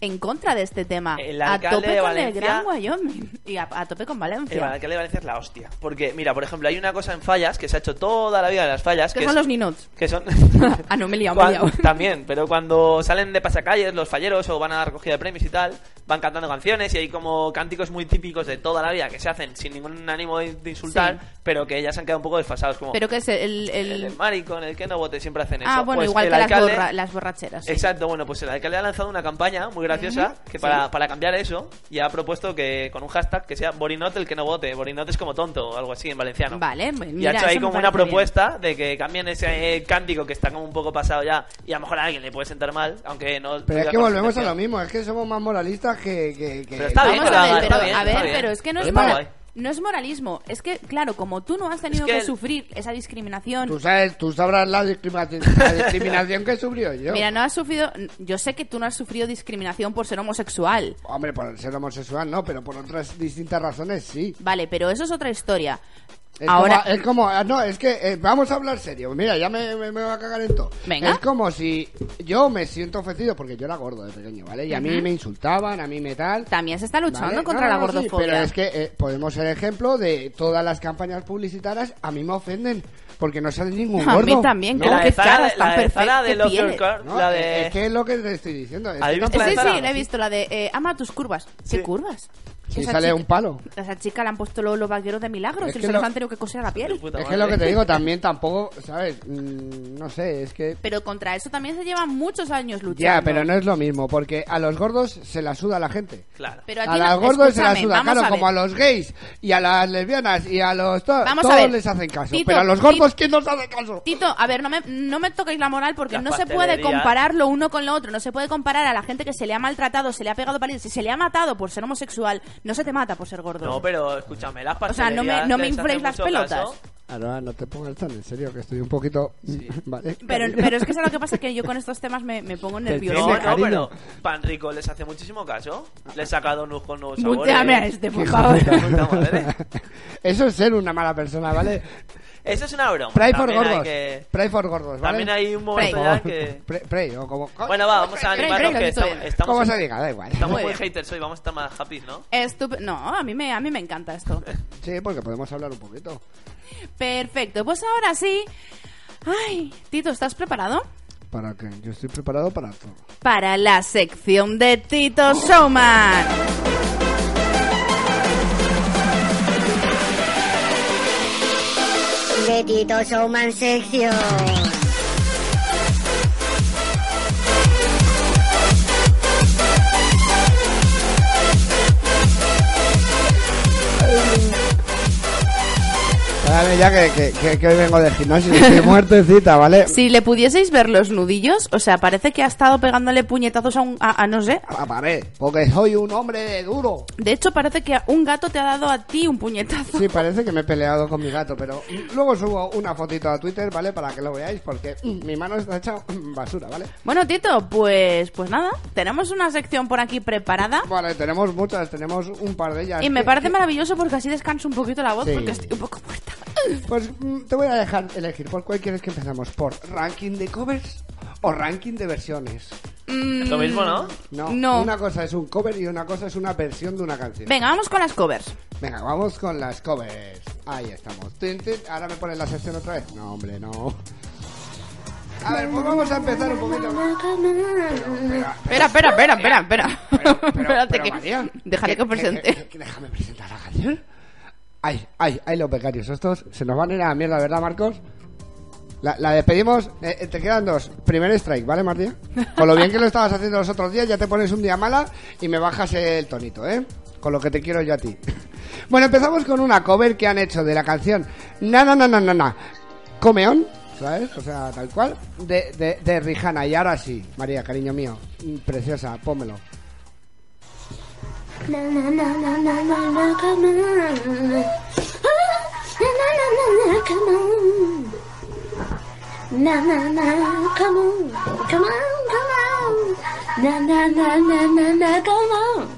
Speaker 1: En contra de este tema.
Speaker 3: El
Speaker 1: a
Speaker 3: alcalde
Speaker 1: tope
Speaker 3: de
Speaker 1: con el
Speaker 3: Valencia-
Speaker 1: Gran Wyoming. Y a, a tope con Valencia.
Speaker 3: El alcalde de Valencia es la hostia. Porque, mira, por ejemplo, hay una cosa en fallas que se ha hecho toda la vida en las fallas.
Speaker 1: ¿Qué
Speaker 3: que
Speaker 1: son
Speaker 3: es-
Speaker 1: los ninots?
Speaker 3: Que son.
Speaker 1: Ah, no, me he liado, me he
Speaker 3: Cuan-
Speaker 1: liado.
Speaker 3: También, pero cuando salen de pasacalles, los falleros o van a la recogida de premios y tal, van cantando canciones y hay como cánticos muy típicos de toda la vida que se hacen sin ningún ánimo de, de insultar,
Speaker 1: Sí.
Speaker 3: pero que ya se han quedado un poco desfasados. Como
Speaker 1: Pero que es el. el-
Speaker 3: el, el maricón, el que no vote, siempre hacen eso.
Speaker 1: Ah, bueno,
Speaker 3: Pues
Speaker 1: igual
Speaker 3: el
Speaker 1: que
Speaker 3: alcalde-
Speaker 1: las, borra- las borracheras. sí.
Speaker 3: Exacto, bueno, pues el alcalde ha lanzado una campaña muy graciosa que para, para cambiar eso y ha propuesto que con un hashtag que sea Borinot el que no vote, Borinot es como tonto o algo así en valenciano.
Speaker 1: Vale, m-
Speaker 3: Y
Speaker 1: mira,
Speaker 3: ha hecho ahí
Speaker 1: eso me
Speaker 3: como una
Speaker 1: parece
Speaker 3: propuesta de que cambien ese eh, cántico que está como un poco pasado ya y a lo mejor a alguien le puede sentar mal, aunque no...
Speaker 2: Pero es
Speaker 3: diga
Speaker 2: que
Speaker 3: con
Speaker 2: volvemos a
Speaker 3: intención.
Speaker 2: lo mismo, es que somos más moralistas que... que, que-
Speaker 3: Pero está bien,
Speaker 1: Vamos
Speaker 3: que lo
Speaker 1: a ver,
Speaker 3: hagan,
Speaker 1: pero,
Speaker 3: está bien,
Speaker 1: a ver,
Speaker 3: está bien.
Speaker 1: pero es que no es,
Speaker 3: Está
Speaker 1: mora-
Speaker 3: guay.
Speaker 1: no es moralismo. Es que, claro, como tú no has tenido
Speaker 3: Es que
Speaker 1: que,
Speaker 3: el-
Speaker 1: sufrir esa discriminación.
Speaker 2: Tú sabes, tú sabrás la discriminación, la discriminación que sufrió yo.
Speaker 1: Mira, no has sufrido. Yo sé que tú no has sufrido discriminación por ser homosexual.
Speaker 2: Hombre, por ser homosexual no, pero por otras distintas razones sí.
Speaker 1: Vale, pero eso es otra historia.
Speaker 2: Es
Speaker 1: Ahora.
Speaker 2: como, es como- ah, no, es que eh, vamos a hablar serio. Mira, ya me, me, me va a cagar en todo.
Speaker 1: Venga.
Speaker 2: Es como si yo me siento ofendido porque yo era gordo de pequeño, ¿vale? Y a mí me insultaban, a mí me tal.
Speaker 1: También se está luchando
Speaker 2: ¿Vale?
Speaker 1: contra
Speaker 2: No,
Speaker 1: la
Speaker 2: no, sí,
Speaker 1: gordofobia.
Speaker 2: pero es que eh, podemos ser ejemplo de todas las campañas publicitarias. A mí me ofenden porque no sale ningún
Speaker 1: A mí
Speaker 2: gordo.
Speaker 1: también,
Speaker 2: No,
Speaker 1: Como
Speaker 3: La
Speaker 1: que
Speaker 3: de Zara-
Speaker 1: caras tan
Speaker 3: la de Zara
Speaker 1: perfectas
Speaker 3: de Love Your
Speaker 1: tienes.
Speaker 3: Curve,
Speaker 2: no,
Speaker 3: la
Speaker 2: eh,
Speaker 3: de...
Speaker 2: es que es lo que te estoy diciendo. Es
Speaker 3: ¿Habéis
Speaker 2: que
Speaker 1: Sí,
Speaker 3: visto
Speaker 2: tampoco-
Speaker 3: la de
Speaker 1: sí,
Speaker 3: Zara?
Speaker 1: la he visto, la de eh, ama tus curvas. ¿Qué
Speaker 3: Sí.
Speaker 1: curvas?
Speaker 2: Si
Speaker 1: Esa
Speaker 2: sale
Speaker 1: chica-
Speaker 2: un palo.
Speaker 1: A esa chica le han puesto los, los vaqueros de milagro,
Speaker 2: Es
Speaker 1: que
Speaker 2: que
Speaker 1: se los
Speaker 2: lo-
Speaker 1: han tenido que coser a la piel.
Speaker 3: Puta
Speaker 2: es que
Speaker 3: madre.
Speaker 2: lo que te digo también tampoco, ¿sabes? Mm, no sé, es que...
Speaker 1: Pero contra eso también se llevan muchos años luchando.
Speaker 2: Ya, pero no es lo mismo, porque a los gordos se la suda la gente.
Speaker 3: Claro.
Speaker 1: Pero
Speaker 2: A
Speaker 1: ti no-
Speaker 2: los gordos se la
Speaker 1: escúchame,
Speaker 2: suda,
Speaker 1: vamos
Speaker 2: claro,
Speaker 1: ver.
Speaker 2: como a los gays y a las lesbianas y a los... to-
Speaker 1: Vamos a
Speaker 2: todos
Speaker 1: ver.
Speaker 2: les hacen caso,
Speaker 1: Tito,
Speaker 2: pero a los
Speaker 1: Tito-
Speaker 2: gordos ¿quién nos hace caso?
Speaker 1: Tito, a ver, no me, no me toquéis la moral porque
Speaker 3: Las
Speaker 1: no se puede
Speaker 3: pastelerías.
Speaker 1: comparar lo uno con lo otro. No se puede comparar a la gente que se le ha maltratado, se le ha pegado parido. Si se le ha matado por ser homosexual, no se te mata por ser gordo.
Speaker 3: No, pero escúchame, las
Speaker 1: sea, no me-
Speaker 3: pastelerías
Speaker 1: no me
Speaker 3: les hacen
Speaker 1: infléis las
Speaker 3: mucho
Speaker 1: pelotas.
Speaker 3: caso.
Speaker 2: Ahora Ah, no te pongas tan en serio, que estoy un poquito... Vale,
Speaker 1: pero,
Speaker 2: cariño.
Speaker 1: pero es que es lo que pasa que yo con estos temas me, me pongo nerviosa.
Speaker 3: No,
Speaker 2: Tiene
Speaker 3: no,
Speaker 2: cariño.
Speaker 3: pero Pan Rico les hace muchísimo caso. Les saca donuts con nuevos sabores.
Speaker 1: Muteame a este, por favor.
Speaker 3: Puta madre.
Speaker 2: Eso es ser una mala persona, ¿vale?
Speaker 3: Eso es una broma.
Speaker 2: Pray for
Speaker 3: También hay
Speaker 2: gordos.
Speaker 3: que-
Speaker 2: Pray for gordos, ¿vale?
Speaker 3: También hay un
Speaker 1: Pray.
Speaker 3: momento
Speaker 2: Por
Speaker 3: ya
Speaker 2: favor.
Speaker 3: que...
Speaker 2: Pre- Pray, o como...
Speaker 3: Bueno, va, vamos a
Speaker 1: Pray,
Speaker 3: animarnos
Speaker 1: pray,
Speaker 3: que
Speaker 1: lo estoy
Speaker 3: estamos,
Speaker 1: bien.
Speaker 3: estamos,
Speaker 2: ¿Cómo se diga? Da igual.
Speaker 3: estamos
Speaker 1: Muy
Speaker 3: muy
Speaker 1: bien.
Speaker 3: haters hoy, vamos a estar más happy, ¿no?
Speaker 1: Estup- no, a mí, me, a mí me encanta esto.
Speaker 2: Sí, porque podemos hablar un poquito.
Speaker 1: Perfecto, pues ahora sí. Ay, Tito, ¿estás preparado?
Speaker 2: Para que yo estoy preparado para todo.
Speaker 1: Para la sección de Tito Showman.
Speaker 4: Betito Showman Sección.
Speaker 2: Dale, ya que, que, que- que hoy vengo del gimnasio y estoy muertecita, ¿vale?
Speaker 1: Si le pudieseis ver los nudillos, o sea, parece que ha estado pegándole puñetazos a un. a, a no sé.
Speaker 2: A la pared, porque soy un hombre de duro.
Speaker 1: De hecho, parece que un gato te ha dado a ti un puñetazo.
Speaker 2: Sí, parece que me he peleado con mi gato, pero luego subo una fotito a Twitter, ¿vale? Para que lo veáis, porque mm, mi mano está hecha mm, basura, ¿vale?
Speaker 1: Bueno, Tito, pues. pues nada. Tenemos una sección por aquí preparada.
Speaker 2: Vale, tenemos muchas, tenemos un par de ellas. Pues,
Speaker 1: Y me
Speaker 2: ¿Qué-
Speaker 1: parece
Speaker 2: qué-
Speaker 1: maravilloso porque así descanso un poquito la voz
Speaker 2: Sí.
Speaker 1: porque estoy un poco muerta.
Speaker 2: Pues mm, te voy a dejar elegir. ¿Por cuál quieres que empezamos? ¿Por ranking de covers o ranking de versiones?
Speaker 1: Mm.
Speaker 3: Es lo mismo, ¿no?
Speaker 2: No,
Speaker 1: No.
Speaker 2: Una cosa es un cover y una cosa es una versión de una canción.
Speaker 1: Venga, vamos con las covers.
Speaker 2: Venga, vamos con las covers. Ahí estamos. Tin, tin. Ahora me pones la sección otra vez. No, hombre, no. A ver, pues vamos a empezar un poquito más.
Speaker 1: Espera, espera, espera, espera, espera.
Speaker 2: Pero, pero,
Speaker 1: Espérate
Speaker 2: pero,
Speaker 1: que.
Speaker 2: María,
Speaker 1: déjale que presente.
Speaker 2: que- que- déjame presentar la canción. Ay, ay, ay, los becarios estos se nos van a ir a la mierda, ¿verdad, Marcos? La, la despedimos. Eh, eh, te quedan dos. Primer strike, ¿vale, Martía? Con lo bien que lo estabas haciendo los otros días, ya te pones un día mala y me bajas el tonito, ¿eh? Con lo que te quiero yo a ti. Bueno, empezamos con una cover que han hecho de la canción Na Na Na Na Na Na Comeón, ¿sabes? O sea, tal cual, de, de, de Rihanna. Y ahora sí, María, cariño mío, mm, preciosa, pómelo.
Speaker 4: Ah, Na na na, come on, come on, come on. Na na na na na na, come on.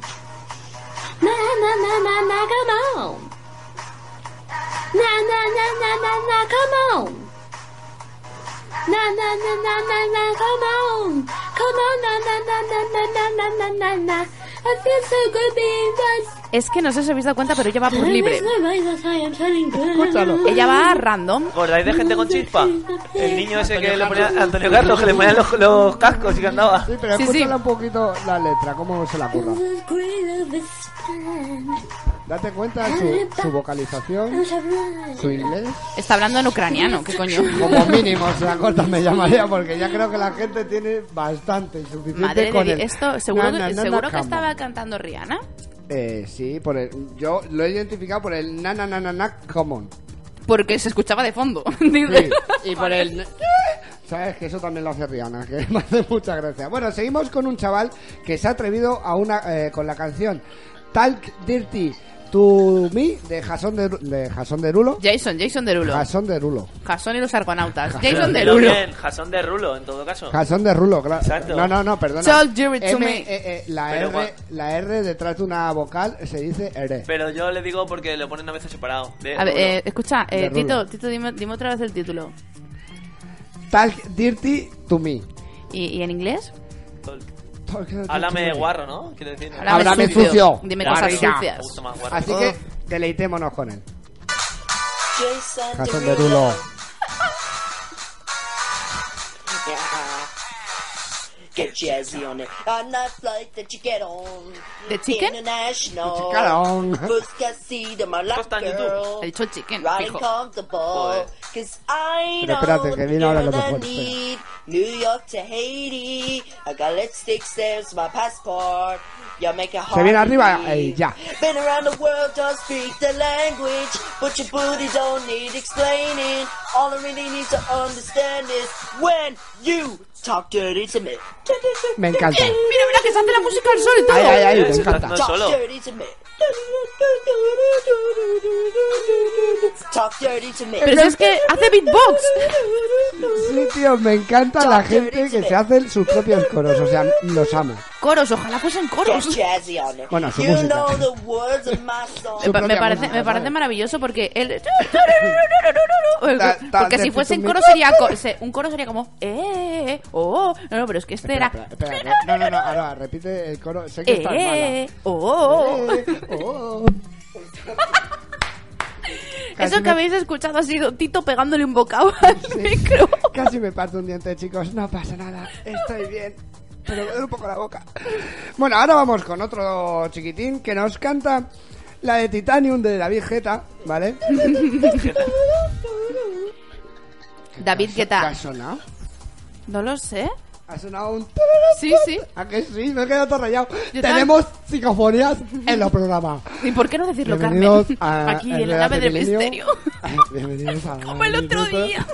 Speaker 4: Na na na na na, come on. Na na na na na na, come on. Na na na na na na, come on. Come on, na na na na na na na na na na. I feel so good being right.
Speaker 1: Es que no sé si os habéis dado cuenta, pero ella va por libre.
Speaker 2: Pues Escúchalo.
Speaker 1: Ella va random.
Speaker 3: ¿Acordáis de gente con chispa? El niño ese que le ponía Antonio Carlos, que le ponían los, los cascos y que andaba.
Speaker 2: Sí, pero
Speaker 1: Sí,
Speaker 2: escúchala
Speaker 1: sí.
Speaker 2: un poquito la letra, cómo se la curra.
Speaker 4: este
Speaker 2: Date cuenta de su, su vocalización, su inglés.
Speaker 1: Está hablando en ucraniano, ¿qué coño?
Speaker 2: Como mínimo, o sea, corta me llamaría porque ya creo que la gente tiene bastante y suficiente
Speaker 1: Madre de
Speaker 2: con
Speaker 1: Dios,
Speaker 2: el
Speaker 1: esto seguro,
Speaker 2: na, na,
Speaker 1: que-
Speaker 2: na, na,
Speaker 1: seguro que
Speaker 2: come
Speaker 1: estaba
Speaker 2: on.
Speaker 1: cantando Rihanna.
Speaker 2: Eh, sí, por el, yo lo he identificado por el na na na na na common.
Speaker 1: Porque se escuchaba de fondo.
Speaker 2: Sí,
Speaker 1: dice.
Speaker 2: y por el... Sabes que eso también lo hace Rihanna, que me hace mucha gracia. Bueno, seguimos con un chaval que se ha atrevido a una eh, con la canción Talk Dirty to Me de Jason de, de Jason Derulo.
Speaker 1: Jason, Jason Derulo.
Speaker 2: Jason Derulo.
Speaker 1: Jason y los argonautas.
Speaker 3: Pero
Speaker 1: Jason
Speaker 3: dilo
Speaker 1: Derulo.
Speaker 3: bien, Jason de Rulo, en todo caso.
Speaker 2: Jason Derulo, claro.
Speaker 3: Exacto.
Speaker 2: No, no, no, perdona.
Speaker 1: Talk Dirty to Me.
Speaker 2: eh, eh, la,
Speaker 3: Pero
Speaker 2: R, la R detrás de una vocal se dice R.
Speaker 3: Pero yo le digo porque lo ponen a veces separado. de
Speaker 1: A ver,
Speaker 3: Rulo.
Speaker 1: eh, escucha, eh,
Speaker 2: De
Speaker 1: Tito,
Speaker 2: Rulo.
Speaker 1: Tito dime, dime otra vez el título.
Speaker 2: Talk Dirty to Me.
Speaker 1: ¿Y, y en inglés?
Speaker 3: Tol-
Speaker 2: Talk dirty
Speaker 3: Háblame
Speaker 2: to me.
Speaker 3: guarro, ¿no? Quiero decir.
Speaker 1: Háblame
Speaker 2: Háblame
Speaker 1: sucio.
Speaker 2: sucio.
Speaker 1: Dime
Speaker 3: Guarro,
Speaker 1: cosas
Speaker 3: me gusta
Speaker 1: sucias.
Speaker 3: más guarro.
Speaker 2: Así que deleitémonos con él.
Speaker 5: Jason
Speaker 2: Jason Derulo.
Speaker 5: Get jazzy on it. On that flight that you get on.
Speaker 1: ¿De chicken?
Speaker 5: International.
Speaker 2: Get on.
Speaker 5: Busca seat of my lap
Speaker 3: está en YouTube.
Speaker 5: girl.
Speaker 1: He dicho chicken,
Speaker 5: Riding
Speaker 1: fijo.
Speaker 5: comfortable.
Speaker 3: Joder.
Speaker 5: Cause I
Speaker 2: Pero espérate,
Speaker 5: know
Speaker 2: que viene ahora lo
Speaker 5: what I
Speaker 2: mejor, espera.
Speaker 5: need. New York to Haiti. I got lipsticks, there's my passport. You make it hard
Speaker 2: Se viene
Speaker 5: to
Speaker 2: arriba,
Speaker 5: breathe.
Speaker 2: eh, ya.
Speaker 5: Been around the world, don't speak the language, but your booty don't need explaining. All I really need to understand is when you talk dirty to me.
Speaker 2: Me encanta.
Speaker 1: Eh, Mira, mira, que se hace la música al sol y
Speaker 2: Ay, ay,
Speaker 1: todo.
Speaker 2: ay,
Speaker 3: Eh,
Speaker 2: me
Speaker 3: se está
Speaker 2: encanta.
Speaker 3: haciendo
Speaker 5: Talk
Speaker 3: solo.
Speaker 5: dirty to me. Talk dirty to me.
Speaker 1: Pero si es que hace beatbox.
Speaker 2: Sí, tío, me encanta la gente que se hace sus propios coros, o sea, los amo.
Speaker 1: Coros, ojalá fuesen
Speaker 5: Get
Speaker 1: coros.
Speaker 5: jazzy on it.
Speaker 2: Bueno, su
Speaker 5: you
Speaker 2: música.
Speaker 5: know the words of my song.
Speaker 2: Su
Speaker 1: Pa- Me
Speaker 2: propia
Speaker 1: parece,
Speaker 2: música,
Speaker 1: me parece
Speaker 2: ¿sabes?
Speaker 1: maravilloso porque él.
Speaker 2: Ta- ta-
Speaker 1: Porque si
Speaker 2: te-
Speaker 1: fuesen
Speaker 2: te-
Speaker 1: coro sería. co- se- Un coro sería como. ¡Eh! ¡Oh! No, no, pero es que este era.
Speaker 2: Espera, espera, espera, no, no, no, ahora repite el coro. Sé que está
Speaker 1: ¡Eh! ¡Oh!
Speaker 2: mala. Eh, oh. Casi
Speaker 1: Eso que
Speaker 2: Eh, me-
Speaker 1: habéis escuchado ha sido Tito pegándole un bocado al micro.
Speaker 2: Casi me parto un diente, chicos. No pasa nada. Estoy bien. Pero me duele un poco la boca. Bueno, ahora vamos con otro chiquitín que nos canta la de Titanium de David Geta, ¿vale?
Speaker 1: David
Speaker 2: ¿Qué
Speaker 1: Guetta.
Speaker 2: ha sonado?
Speaker 1: No lo sé.
Speaker 2: Ha sonado un...
Speaker 1: Sí, sí.
Speaker 2: ¿A que sí? Me he quedado todo rayado.
Speaker 1: Yo
Speaker 2: Tenemos psicofonías en los programas.
Speaker 1: ¿Y por qué no decirlo, Carmen?
Speaker 2: Bienvenidos a
Speaker 1: Aquí,
Speaker 2: El
Speaker 1: en la nave
Speaker 2: Relate
Speaker 1: del
Speaker 2: Milenio.
Speaker 1: misterio.
Speaker 2: Bienvenidos a la
Speaker 1: Como el
Speaker 2: nave del
Speaker 1: otro
Speaker 2: misterio.
Speaker 1: día.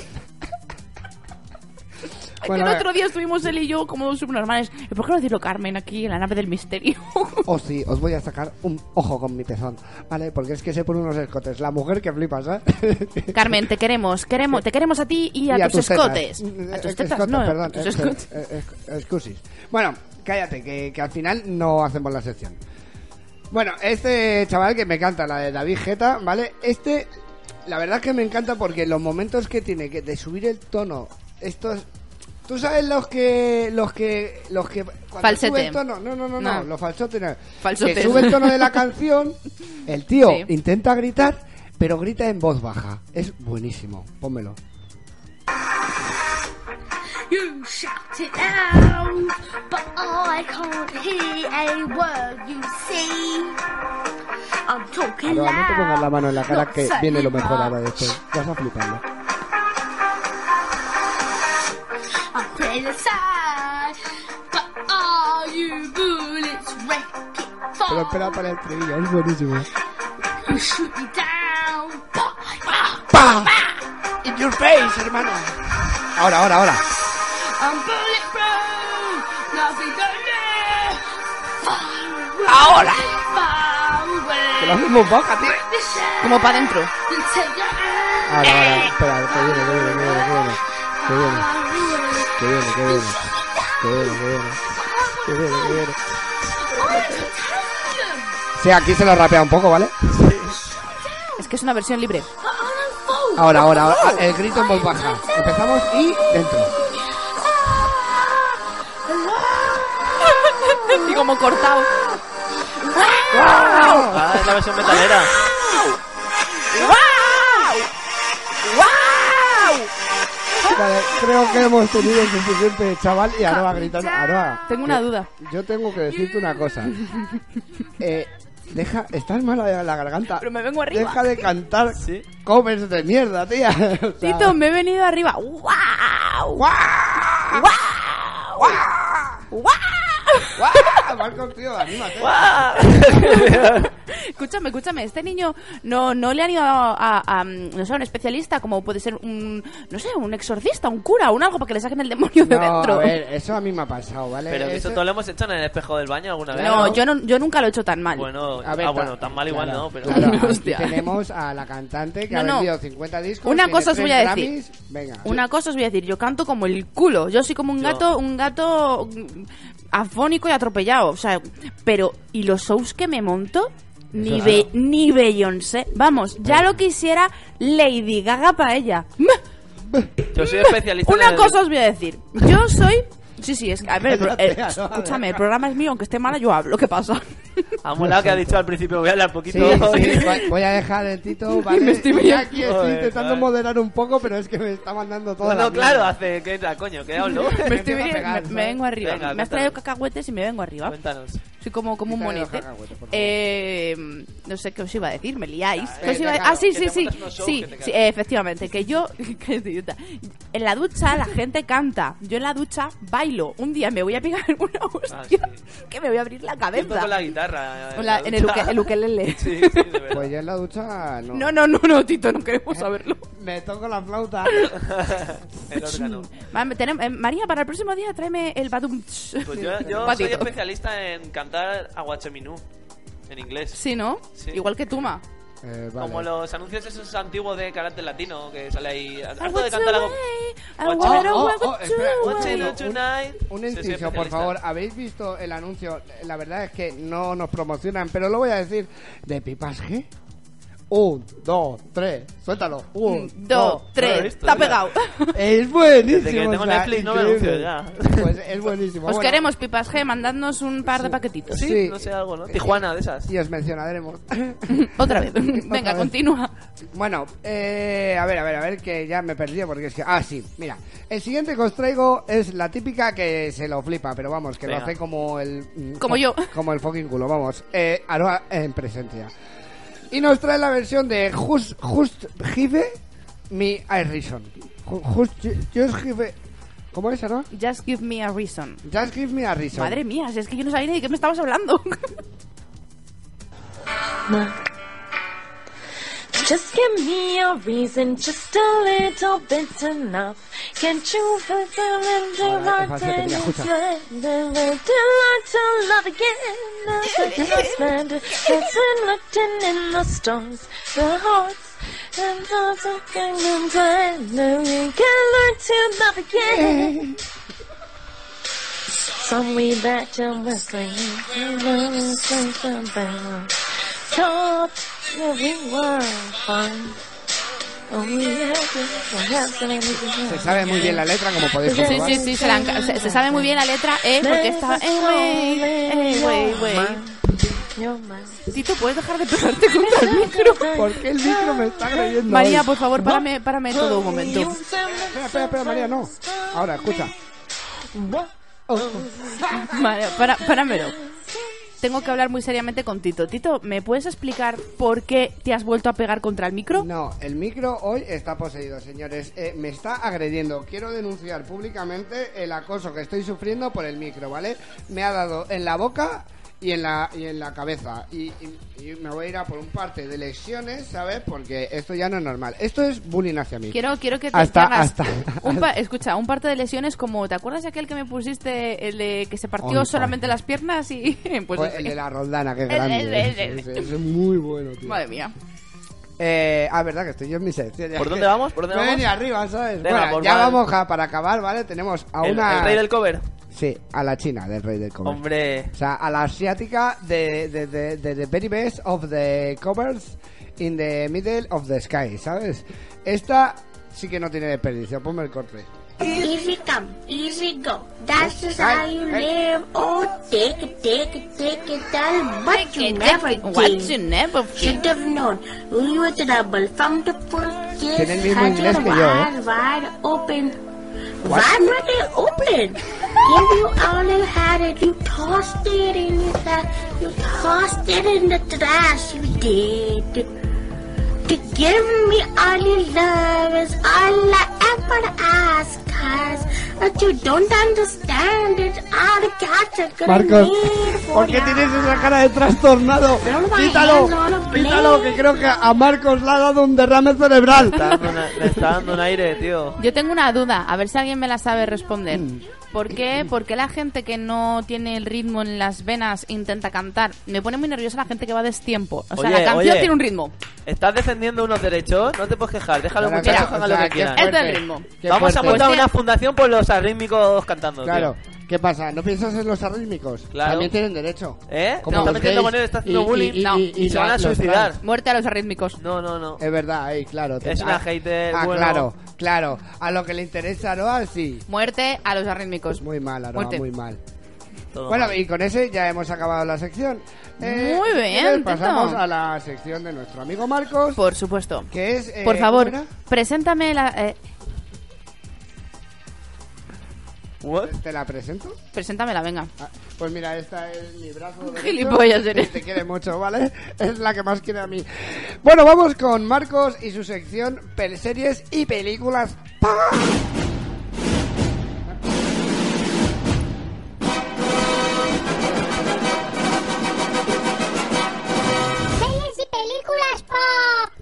Speaker 1: Es
Speaker 2: Bueno,
Speaker 1: que el
Speaker 2: a ver.
Speaker 1: otro día estuvimos él y yo como dos subnormales. ¿Y por qué no decirlo, Carmen, aquí en la nave del misterio?
Speaker 2: O Oh, sí, os voy a sacar un ojo con mi pezón, ¿vale? Porque es que se pone unos escotes. La mujer que flipas, ¿eh?
Speaker 1: Carmen, te queremos, queremos, te queremos a ti y a,
Speaker 2: Y
Speaker 1: tus,
Speaker 2: tetas.
Speaker 1: escotes.
Speaker 2: Mm,
Speaker 1: A
Speaker 2: eh,
Speaker 1: tus tetas,
Speaker 2: escotas,
Speaker 1: no,
Speaker 2: perdón.
Speaker 1: a tus
Speaker 2: Eh,
Speaker 1: escotes.
Speaker 2: eh, eh, eh, excusis. Bueno, cállate, que, que al final no hacemos la sección. Bueno, este chaval que me encanta, la de David Geta, ¿vale? Este, la verdad es que me encanta porque los momentos que tiene que de subir el tono, estos... ¿Tú sabes los que... los que... los que... cuando
Speaker 1: Falsete.
Speaker 2: sube el tono, no, no, no, no,
Speaker 1: No.
Speaker 2: los falsotes no.
Speaker 1: Falsotes.
Speaker 2: Que sube el tono de la canción, el tío
Speaker 1: Sí.
Speaker 2: intenta gritar, pero grita en voz baja. Es buenísimo, pónmelo.
Speaker 4: You shout it out, but I can't hear a word you see. I'm talking
Speaker 2: Aroa, Ah, no te pongas la
Speaker 4: loud,
Speaker 2: mano en la cara
Speaker 4: not
Speaker 2: que viene lo
Speaker 4: saying
Speaker 2: mejor ahora
Speaker 4: much.
Speaker 2: después. Vas a fliparlo.
Speaker 4: I play the side, but all you bullets wreck it for.
Speaker 2: Pero espera para el estribillo, es buenísimo.
Speaker 4: You shoot me down, but ah. I can't.
Speaker 2: ¡Pa! In your face, hermano. Ahora, ahora, ahora.
Speaker 4: I'm bulletproof, nothing gonna fire
Speaker 2: Ahora.
Speaker 4: Fire
Speaker 2: Que lo hacemos boca, tío.
Speaker 1: Como para adentro.
Speaker 2: Ahora, ahora, espera, que viene, que viene, que viene, que viene. Que viene, que viene, que viene. Que viene, que viene. Que viene, que viene. Sí, aquí se lo rapea un poco, ¿vale?
Speaker 1: Es que es una versión libre.
Speaker 2: Ahora, ahora, ahora. Ah, El grito en voz baja. Empezamos y dentro.
Speaker 1: Y como cortado.
Speaker 3: Ah, es la versión metalera.
Speaker 2: Vale, creo que hemos tenido suficiente chaval y Aroa gritando. Aroa,
Speaker 1: Tengo una duda.
Speaker 2: Yo tengo que decirte una cosa. Eh, deja, estás mala de la garganta.
Speaker 1: Pero me vengo arriba.
Speaker 2: Deja de cantar
Speaker 3: Sí.
Speaker 2: covers de mierda, tía. O sea,
Speaker 1: Tito, me he venido arriba. ¡Wow! ¡Wow! ¡Wow!
Speaker 2: ¡guau! Marcos, tío, anímate.
Speaker 1: Escúchame, escúchame, este niño no, no le han ido a, a- a, no sé, a un especialista como puede ser un, no sé, un exorcista, un cura, un algo para que le saquen el demonio de
Speaker 2: No,
Speaker 1: dentro.
Speaker 2: a ver, eso a mí me ha pasado, ¿vale?
Speaker 3: Pero que eso
Speaker 2: Ese-
Speaker 3: todo lo hemos hecho en el espejo del baño alguna vez.
Speaker 1: No, yo, no, yo nunca lo he hecho tan mal.
Speaker 3: Bueno,
Speaker 2: A ver,
Speaker 3: ah,
Speaker 2: ta-
Speaker 3: bueno, tan mal igual
Speaker 2: claro,
Speaker 3: no, pero.
Speaker 2: claro, aquí
Speaker 1: Hostia.
Speaker 2: tenemos a la cantante que
Speaker 1: No,
Speaker 2: ha
Speaker 1: no.
Speaker 2: vendido 50 discos.
Speaker 1: Una
Speaker 2: tiene
Speaker 1: cosa os
Speaker 2: tres
Speaker 1: voy a decir.
Speaker 2: Grammys. Venga.
Speaker 1: Una cosa os voy a decir, yo canto como el culo. Yo soy como un
Speaker 3: Yo-
Speaker 1: gato, un gato mm, afónico y atropellado. O sea, pero, ¿y los shows que me monto? Ni,
Speaker 2: Claro.
Speaker 1: Be- ni Beyoncé. Vamos, ya lo quisiera Lady Gaga para ella.
Speaker 3: Yo soy especialista en
Speaker 1: Una
Speaker 3: el-
Speaker 1: cosa os voy a decir. Yo soy Sí, sí, es que, a ver, eh,
Speaker 2: Cállate, no,
Speaker 1: ch-
Speaker 2: vale.
Speaker 1: escúchame, el programa es mío, aunque esté mala, yo hablo, ¿qué pasa?
Speaker 3: Ha molado que ha dicho al principio, voy a hablar poquito.
Speaker 2: Sí, sí, voy- voy a dejar el Tito, ¿vale?
Speaker 1: me estoy
Speaker 2: Yo
Speaker 1: viendo-
Speaker 2: aquí estoy
Speaker 3: Joder,
Speaker 2: intentando
Speaker 3: vale.
Speaker 2: moderar un poco, pero es que me está mandando todo.
Speaker 3: No, no, claro, hace que entra, coño, que hablo.
Speaker 1: me, estoy
Speaker 2: Empieza a
Speaker 1: viniendo-
Speaker 2: pegar,
Speaker 1: me-
Speaker 2: ¿no?
Speaker 1: me vengo arriba.
Speaker 3: Venga,
Speaker 1: me has
Speaker 3: cuéntanos.
Speaker 1: traído cacahuetes y me vengo arriba.
Speaker 3: Cuéntanos.
Speaker 1: Soy como, como un
Speaker 2: Quítale los
Speaker 1: monete.
Speaker 2: cacahuetes, por favor.
Speaker 1: Eh, no sé qué os iba a decir, me liáis.
Speaker 3: Ah,
Speaker 1: ¿Qué os
Speaker 2: eh,
Speaker 1: iba a-
Speaker 2: te
Speaker 1: Ah, sí,
Speaker 3: cago,
Speaker 1: sí,
Speaker 3: que te
Speaker 1: sí.
Speaker 3: montas unos shows
Speaker 1: Sí,
Speaker 3: que te
Speaker 1: sí,
Speaker 3: cagas.
Speaker 1: efectivamente. Que yo. que soy idiota. En la ducha la gente canta. Yo en la ducha bailo. Un día me voy a pegar una hostia
Speaker 3: Ah, sí.
Speaker 1: que me voy a abrir la
Speaker 3: Siempre
Speaker 1: cabeza.
Speaker 3: con la guitarra. eh,
Speaker 1: Con la- en el, uke- el ukelele.
Speaker 3: Sí, sí, de verdad.
Speaker 2: Pues yo en la ducha no.
Speaker 1: No, no, no, no, Tito, no queremos saberlo.
Speaker 2: Me toco la flauta.
Speaker 3: el órgano.
Speaker 1: Ma- tenem- eh, María, para el próximo día tráeme el badum.
Speaker 3: Pues yo, yo soy
Speaker 1: Patito.
Speaker 3: especialista en cantar aguacheminú en inglés.
Speaker 1: Sí, ¿no?
Speaker 3: Sí.
Speaker 1: Igual que Tuma.
Speaker 2: Eh, vale.
Speaker 3: Como los anuncios esos antiguos de carácter latino que sale ahí.
Speaker 1: I
Speaker 3: Harto de
Speaker 1: want
Speaker 3: cantar
Speaker 1: to
Speaker 3: algo.
Speaker 1: wait, I
Speaker 3: Watch
Speaker 1: want
Speaker 3: it.
Speaker 1: to
Speaker 2: Oh,
Speaker 1: wait
Speaker 2: oh, oh, espera,
Speaker 1: to
Speaker 3: Watch it
Speaker 1: wait.
Speaker 3: tonight.
Speaker 2: Un
Speaker 3: Sí, soy
Speaker 2: inciso, por
Speaker 3: especialista.
Speaker 2: favor. ¿Habéis visto el anuncio? La verdad es que no nos promocionan, pero lo voy a decir. ¿De pipas G? Un, dos, tres. Suéltalo. Un,
Speaker 1: Un, dos, tres.
Speaker 3: esto,
Speaker 1: Está
Speaker 3: mira.
Speaker 1: pegado.
Speaker 2: Es buenísimo.
Speaker 3: Desde que tengo
Speaker 2: o sea,
Speaker 3: Netflix no me
Speaker 2: increíble.
Speaker 3: anuncio ya.
Speaker 2: Pues es buenísimo.
Speaker 1: Os
Speaker 2: Bueno,
Speaker 1: queremos, Pipas G. Mandadnos un par de paquetitos.
Speaker 3: Sí,
Speaker 2: Sí. Eh,
Speaker 3: no sé algo, ¿no? Tijuana, de esas.
Speaker 2: Y os mencionaremos.
Speaker 1: Otra vez.
Speaker 2: Otra
Speaker 1: Venga,
Speaker 2: vez.
Speaker 1: continúa.
Speaker 2: Bueno, eh, a ver, a ver, a ver, que ya me perdí porque es que... Ah, sí, mira. El siguiente que os traigo es la típica que se lo flipa, pero vamos, que lo
Speaker 3: Venga.
Speaker 2: hace como el... mm,
Speaker 1: Como yo.
Speaker 2: Como el fucking culo, vamos. Eh, Aroa en presencia. Y nos trae la versión de Just, Just Give Me a Reason. Ju- Just, just Give... ¿Cómo es, Aroa?
Speaker 1: Just give me a reason.
Speaker 2: Just Give Me a Reason.
Speaker 1: Madre mía, si es que yo no sabía ni de qué me estabas hablando.
Speaker 6: Just give me a reason, just a little bit enough. Can't you fulfill and do
Speaker 2: Ahora,
Speaker 6: my
Speaker 2: es fácil que te escucha.
Speaker 6: Do I to love again? The second spend that's been looking in the storms, the hearts. And those who can combine, then we can learn to love again. Some way back to whistling, and those who can combine. Thought that we were fine. Oh, we had to, we had to, we
Speaker 2: Se
Speaker 6: had
Speaker 2: sabe muy bien la letra, como podéis
Speaker 6: Sí,
Speaker 1: Sí,
Speaker 2: comprobar.
Speaker 1: sí, sí, se, la enca- se- se sabe muy bien la letra, ¿eh? Porque está... Eh, güey, eh, güey, güey.
Speaker 6: to. You're mine.
Speaker 1: Tito, ¿puedes dejar de pegarte contra el micro?
Speaker 2: ¿Por qué el micro me está agrediendo
Speaker 1: María,
Speaker 2: hoy?
Speaker 1: por favor, párame, párame todo un momento.
Speaker 2: Espera, espera, espera, María, no. Ahora, escucha.
Speaker 1: Vale, para, páramelo. Tengo que hablar muy seriamente con Tito. Tito, ¿me puedes explicar por qué te has vuelto a pegar contra el micro?
Speaker 2: No, el micro hoy está poseído, señores. Eh, me está agrediendo. Quiero denunciar públicamente el acoso que estoy sufriendo por el micro, ¿vale? Me ha dado en la boca y en la, y en la cabeza. Y, y- y me voy a ir a por un parte de lesiones, ¿sabes? Porque esto ya no es normal. Esto es bullying hacia mí.
Speaker 1: Quiero, quiero que te
Speaker 2: Hasta-
Speaker 1: hagas
Speaker 2: hasta-
Speaker 1: un pa- escucha, un parte de lesiones como, ¿te acuerdas de aquel que me pusiste el de que se partió
Speaker 2: Onza.
Speaker 1: solamente las piernas y pues,
Speaker 2: Pues el de la Roldana, que es
Speaker 1: El-
Speaker 2: grande.
Speaker 1: el- el- el-
Speaker 2: Ese- ese Es muy bueno, tío.
Speaker 1: madre mía.
Speaker 2: Eh, ah, verdad que estoy yo en mi sección.
Speaker 3: ¿Por dónde vamos? ¿Por dónde
Speaker 2: Me
Speaker 3: vamos?
Speaker 2: venía arriba, ¿sabes?
Speaker 3: Venga,
Speaker 2: Bueno,
Speaker 3: por
Speaker 2: ya
Speaker 3: mal.
Speaker 2: vamos a- para acabar, ¿vale? Tenemos a
Speaker 3: El,
Speaker 2: una...
Speaker 3: el rey del cover.
Speaker 2: Sí, a la China del Rey del Comer.
Speaker 3: Hombre.
Speaker 2: O sea, a la asiática de, de, de, de the very best of the covers in the middle of the sky, ¿sabes? Esta sí que no tiene desperdicio, ponme el corte.
Speaker 4: Easy come, easy go. That's just how you
Speaker 2: Hey, hey.
Speaker 4: live. Oh, take it, take it, take it all, but you never
Speaker 1: What you
Speaker 4: did.
Speaker 1: never
Speaker 4: Should have known. We were trouble from the first kiss.
Speaker 2: Tiene el mismo
Speaker 4: Had
Speaker 2: inglés
Speaker 4: your
Speaker 2: que yo, ¿eh?
Speaker 4: wide, wide open. Wide, wide open. If you only had it, you tossed it in the trash. You tossed it in the trash. You did. To give me all your love is all I ever ask, cause if you don't understand it, I'll catch it. gonna
Speaker 2: Marcos,
Speaker 4: need for
Speaker 2: ¿por qué
Speaker 4: ya.
Speaker 2: tienes esa cara de trastornado?
Speaker 4: No lo vayas,
Speaker 2: Quítalo,
Speaker 4: no lo
Speaker 2: quítalo, que
Speaker 4: please.
Speaker 2: creo que a Marcos le ha dado un derrame cerebral.
Speaker 3: Está dando una- le está dando un aire, tío.
Speaker 1: Yo tengo una duda, a ver si alguien me la sabe responder. ¿Por qué? ¿Por qué la gente que no tiene el ritmo en las venas intenta cantar? Me pone muy nerviosa la gente que va a destiempo. O sea,
Speaker 3: Oye,
Speaker 1: la canción
Speaker 3: oye.
Speaker 1: tiene un ritmo.
Speaker 3: Estás defendiendo unos derechos, no te puedes quejar. Déjalo,
Speaker 2: Claro,
Speaker 3: muchachos,
Speaker 2: claro,
Speaker 3: hagan
Speaker 2: o
Speaker 3: lo
Speaker 2: sea,
Speaker 3: que
Speaker 2: qué
Speaker 3: quieran.
Speaker 1: Este es
Speaker 2: fuerte.
Speaker 1: el ritmo.
Speaker 2: Qué
Speaker 3: Vamos a
Speaker 2: fuerte.
Speaker 3: montar
Speaker 1: Pues
Speaker 3: una
Speaker 1: sí.
Speaker 3: fundación por los arrítmicos cantando. tío.
Speaker 2: Claro, ¿qué pasa? ¿No piensas en los arrítmicos?
Speaker 3: Claro.
Speaker 2: También tienen derecho.
Speaker 3: ¿Eh?
Speaker 2: Como
Speaker 3: No, está
Speaker 2: los
Speaker 3: metiendo
Speaker 2: gays
Speaker 3: con él, está haciendo
Speaker 2: y- y-
Speaker 3: bullying.
Speaker 2: y-
Speaker 1: No.
Speaker 3: Y se van a
Speaker 2: los trans.
Speaker 3: suicidar.
Speaker 1: Muerte a los arrítmicos.
Speaker 3: No, no, no.
Speaker 2: Es verdad, ahí, claro.
Speaker 3: Es una hater,
Speaker 2: Ah,
Speaker 3: bueno.
Speaker 2: claro, claro. A lo que le interesa, ¿no? Ah, sí.
Speaker 1: Muerte a los económicos.
Speaker 2: Muy mal, Aroa,
Speaker 1: Muerte.
Speaker 2: muy mal.
Speaker 3: Pues Todo
Speaker 2: Bueno,
Speaker 3: mal.
Speaker 2: y con ese ya hemos acabado la sección.
Speaker 1: Muy bien,
Speaker 2: entonces Pasamos
Speaker 1: Tito.
Speaker 2: a la sección de nuestro amigo Marcos,
Speaker 1: Por supuesto.
Speaker 2: que es... eh,
Speaker 1: Por favor,
Speaker 2: ¿cómo
Speaker 1: preséntame la... eh,
Speaker 3: What?
Speaker 2: era? ¿Te la presento?
Speaker 1: preséntamela, venga.
Speaker 2: Ah, pues mira, esta es mi brazo. derecho,
Speaker 1: Gilipollas
Speaker 2: que
Speaker 1: eres.
Speaker 2: Te quiere mucho, ¿vale? Es la que más quiere a mí. Bueno, vamos con Marcos y su sección pel- series y películas.
Speaker 7: Series y películas